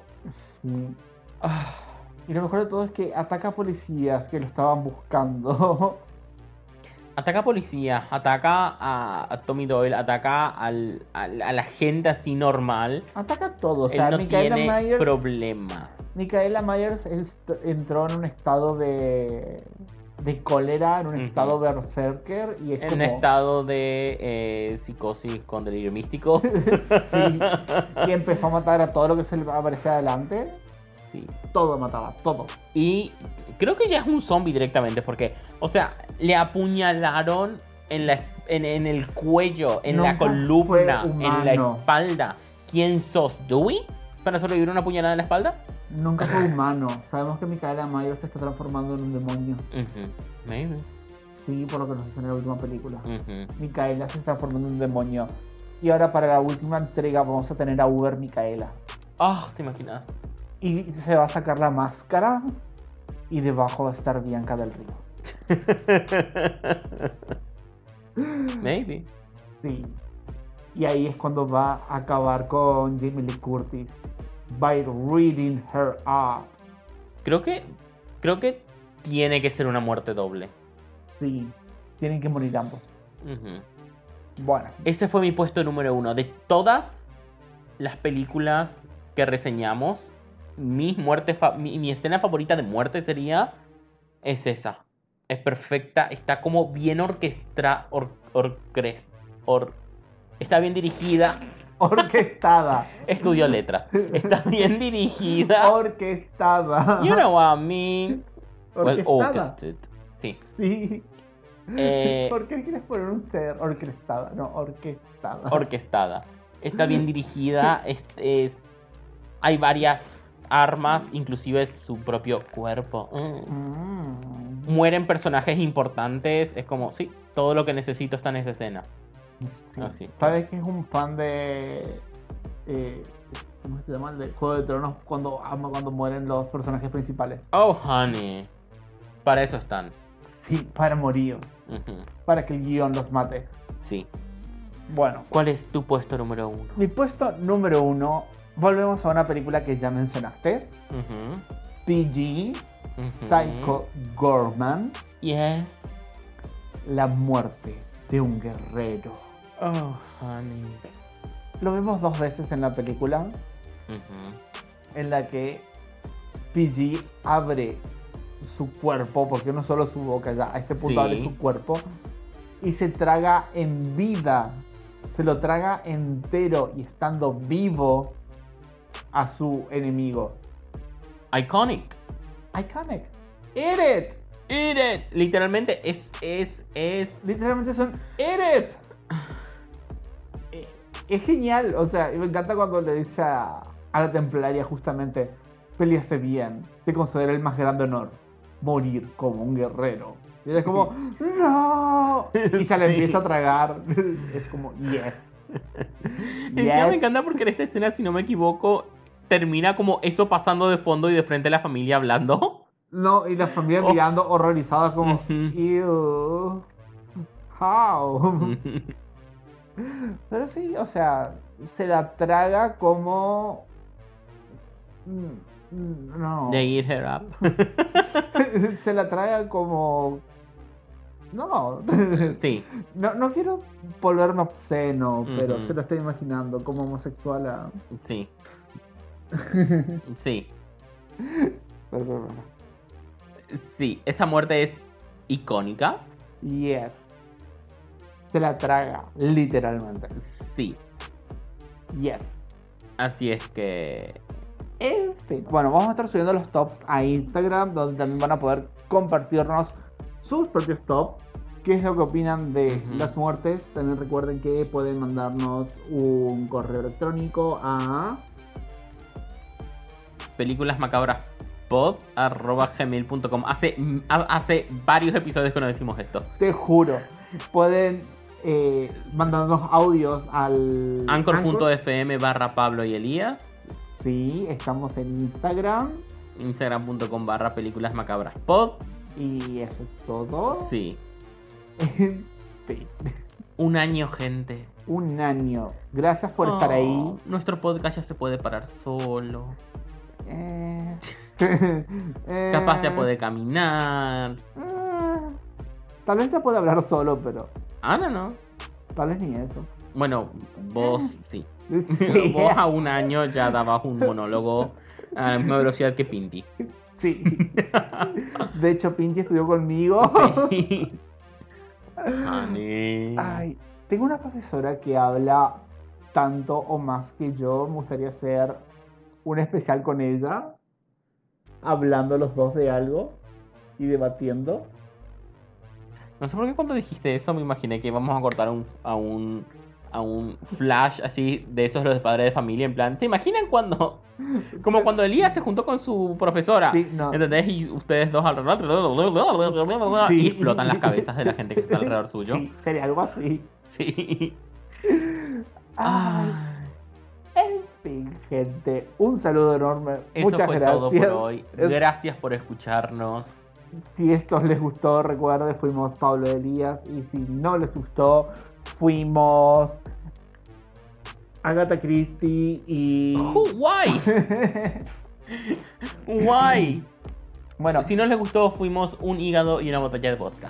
[SPEAKER 1] Sí.
[SPEAKER 3] Ah,
[SPEAKER 1] Y lo mejor de todo es que ataca a policías que lo estaban buscando. (laughs)
[SPEAKER 3] Ataca a policías, ataca a, a Tommy Doyle, ataca al, al- a la gente así normal.
[SPEAKER 1] Ataca a todos. O sea,
[SPEAKER 3] Él no
[SPEAKER 1] Micaela,
[SPEAKER 3] tiene
[SPEAKER 1] Myers,
[SPEAKER 3] problemas.
[SPEAKER 1] Micaela Myers est- entró en un estado de, de cólera, en un
[SPEAKER 3] Ujú.
[SPEAKER 1] estado berserker. Y es
[SPEAKER 3] En
[SPEAKER 1] como.
[SPEAKER 3] estado de eh, psicosis con delirio místico.
[SPEAKER 1] (laughs) Sí. Y empezó a matar a todo lo que se le aparecía adelante.
[SPEAKER 3] Sí.
[SPEAKER 1] Todo mataba, todo.
[SPEAKER 3] Y creo que ya es un zombie directamente, porque, o sea, le apuñalaron en, la, es- en, en el cuello, en la
[SPEAKER 1] Nunca fue
[SPEAKER 3] columna, en la
[SPEAKER 1] humano.
[SPEAKER 3] espalda. ¿Quién sos, Dewey? ¿Para sobrevivir una puñalada en la espalda?
[SPEAKER 1] Nunca
[SPEAKER 3] (laughs)
[SPEAKER 1] fue humano. Sabemos que Micaela Myers se está transformando en un demonio.
[SPEAKER 3] Ujú, Maybe.
[SPEAKER 1] Sí, por lo que nos dicen en la última película.
[SPEAKER 3] Ujú.
[SPEAKER 1] Micaela se está formando un demonio. Y ahora para la última entrega vamos a tener a Uber Micaela.
[SPEAKER 3] Ah, ¿te imaginas?
[SPEAKER 1] Y se va a sacar la máscara y debajo va a estar Bianca del Río. Mm.
[SPEAKER 3] Maybe.
[SPEAKER 1] Sí. Y ahí es cuando va a acabar con Jamie Lee Curtis. By reading her up.
[SPEAKER 3] Creo que Creo que tiene que ser una muerte doble.
[SPEAKER 1] Sí, tienen que morir ambos.
[SPEAKER 3] Ujú.
[SPEAKER 1] Bueno, (laughs)
[SPEAKER 3] Ese fue mi puesto número uno. De todas las películas que reseñamos, mis muertes fa- mi, mi escena favorita de muerte sería. Es esa. Es perfecta, está como bien orquestra. or- orcres- or- está bien dirigida.
[SPEAKER 1] orquestada.
[SPEAKER 3] Estudió letras. Está bien dirigida.
[SPEAKER 1] orquestada.
[SPEAKER 3] You know what I mean. Well,
[SPEAKER 1] orquestada.
[SPEAKER 3] orchestrated. Sí.
[SPEAKER 1] Sí.
[SPEAKER 3] Eh,
[SPEAKER 1] ¿Por qué quieres poner un C? Orquestada, no, orquestada.
[SPEAKER 3] orquestada. Está bien dirigida, es, es- hay varias armas, inclusive su propio cuerpo. Mm.
[SPEAKER 1] Mm.
[SPEAKER 3] Mueren personajes importantes, es como, sí, todo lo que necesito está en esa escena.
[SPEAKER 1] Sí.
[SPEAKER 3] Así.
[SPEAKER 1] ¿Sabes que es un fan de. eh, ¿Cómo se llama? El de Juego de Tronos cuando ama cuando mueren los personajes principales.
[SPEAKER 3] Oh, honey. Para eso están.
[SPEAKER 1] Sí, para morir.
[SPEAKER 3] Ujú,
[SPEAKER 1] Para que el guión los mate.
[SPEAKER 3] Sí.
[SPEAKER 1] Bueno,
[SPEAKER 3] ¿Cuál es tu puesto número uno?
[SPEAKER 1] mi puesto número uno. Volvemos a una película que ya mencionaste.
[SPEAKER 3] Ujú,
[SPEAKER 1] PG,
[SPEAKER 3] ujú.
[SPEAKER 1] Psycho Gorman,
[SPEAKER 3] Yes.
[SPEAKER 1] La muerte de un guerrero.
[SPEAKER 3] Oh, honey.
[SPEAKER 1] Lo vemos dos veces en la película.
[SPEAKER 3] Ujú,
[SPEAKER 1] en la que PG abre su cuerpo, porque no solo su boca ya, a este punto
[SPEAKER 3] Sí.
[SPEAKER 1] abre su cuerpo, y se traga en vida, se lo traga entero y estando vivo a su enemigo.
[SPEAKER 3] Iconic.
[SPEAKER 1] Iconic. Eat it.
[SPEAKER 3] Eat it. Literalmente es, es, es.
[SPEAKER 1] Literalmente son Eat it. Eh, Es genial, o sea, y me encanta cuando le dice a, a la templaria justamente, peleaste bien, te considero el más grande honor, morir como un guerrero. Y ella es
[SPEAKER 3] (laughs)
[SPEAKER 1] como, no, y se le
[SPEAKER 3] Sí.
[SPEAKER 1] empieza a tragar, (laughs) es como, yes.
[SPEAKER 3] Y encima
[SPEAKER 1] Yes.
[SPEAKER 3] me encanta porque en esta escena, si no me equivoco, termina como eso pasando de fondo y de frente a la familia hablando.
[SPEAKER 1] No, y la familia
[SPEAKER 3] Oh.
[SPEAKER 1] mirando horrorizada como,
[SPEAKER 3] Ujú.
[SPEAKER 1] ew, how. Pero sí, o sea, se la traga como... Mm, mm, No.
[SPEAKER 3] They eat her up.
[SPEAKER 1] (laughs) se la traga como... No. (laughs)
[SPEAKER 3] Sí.
[SPEAKER 1] no, no quiero volverme obsceno, pero
[SPEAKER 3] Ujú.
[SPEAKER 1] se lo estoy imaginando como homosexual a...
[SPEAKER 3] Sí. Sí. Sí. Esa muerte es icónica.
[SPEAKER 1] Yes. Se la traga, literalmente.
[SPEAKER 3] Sí.
[SPEAKER 1] Yes.
[SPEAKER 3] Así es que.
[SPEAKER 1] En fin, bueno, vamos a estar subiendo los tops a Instagram, donde también van a poder compartirnos sus propios tops. ¿Qué es lo que opinan de
[SPEAKER 3] Ujú.
[SPEAKER 1] las muertes? También recuerden que pueden mandarnos un correo electrónico a
[SPEAKER 3] Películas macabras pod arroba gmail.com. Hace, ha- hace varios episodios que no decimos esto.
[SPEAKER 1] Te juro. Pueden eh, mandarnos audios al
[SPEAKER 3] e. Anchor.fm barra Pablo y Elías.
[SPEAKER 1] Sí, estamos en Instagram.
[SPEAKER 3] Instagram.com barra películas macabras pod.
[SPEAKER 1] Y eso es todo.
[SPEAKER 3] Sí.
[SPEAKER 1] (laughs) En fin,
[SPEAKER 3] Un año, gente.
[SPEAKER 1] Un año. Gracias por estar
[SPEAKER 3] Oh,
[SPEAKER 1] ahí.
[SPEAKER 3] Nuestro podcast ya se puede parar solo.
[SPEAKER 1] Eh, (laughs)
[SPEAKER 3] Capaz
[SPEAKER 1] eh,
[SPEAKER 3] ya puede caminar.
[SPEAKER 1] eh, Tal vez se puede hablar solo, pero
[SPEAKER 3] Ah, no, no.
[SPEAKER 1] tal vez ni eso. (laughs)
[SPEAKER 3] Bueno, vos
[SPEAKER 1] Eh.
[SPEAKER 3] sí.
[SPEAKER 1] Sí,
[SPEAKER 3] vos a un año ya dabas un monólogo a la misma velocidad
[SPEAKER 1] (laughs)
[SPEAKER 3] que Pinti.
[SPEAKER 1] sí. De hecho, Pinky estudió conmigo.
[SPEAKER 3] Honey.
[SPEAKER 1] Ay, tengo una profesora que habla tanto o más que yo. Me gustaría hacer un especial con ella, hablando los dos de algo y debatiendo.
[SPEAKER 3] No sé por qué cuando dijiste eso me imaginé que íbamos a cortar un- a un a un flash así de esos los de padres de familia en plan, ¿se imaginan cuando como cuando Elías se juntó con su profesora?
[SPEAKER 1] Sí, no.
[SPEAKER 3] ¿Entendés? Y ustedes dos alrededor.
[SPEAKER 1] Sí.
[SPEAKER 3] Y explotan las cabezas de la gente que está alrededor suyo.
[SPEAKER 1] Sí, sería algo así.
[SPEAKER 3] Sí.
[SPEAKER 1] Ay,
[SPEAKER 3] Ah,
[SPEAKER 1] en fin, gente. Un saludo enorme.
[SPEAKER 3] eso
[SPEAKER 1] Muchas
[SPEAKER 3] fue
[SPEAKER 1] gracias.
[SPEAKER 3] todo por hoy.
[SPEAKER 1] Es-
[SPEAKER 3] Gracias por escucharnos.
[SPEAKER 1] Si esto les gustó, recuerden, fuimos Pablo Elías. Y si no les gustó, fuimos Agatha (laughs) Christie y.
[SPEAKER 3] Why? Why?
[SPEAKER 1] Bueno,
[SPEAKER 3] Si no les gustó, fuimos un hígado y una botella de vodka.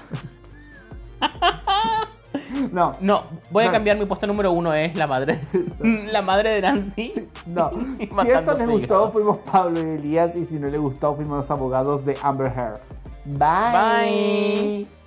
[SPEAKER 1] no,
[SPEAKER 3] No, voy a
[SPEAKER 1] No.
[SPEAKER 3] cambiar mi puesto número uno es
[SPEAKER 1] (laughs)
[SPEAKER 3] la madre. la madre de Nancy. (laughs)
[SPEAKER 1] no. Si esto
[SPEAKER 3] Matándose
[SPEAKER 1] les gustó,
[SPEAKER 3] hígado.
[SPEAKER 1] fuimos Pablo y Elías. Y si no les gustó, fuimos los abogados de Amber Heard. Bye.
[SPEAKER 3] Bye.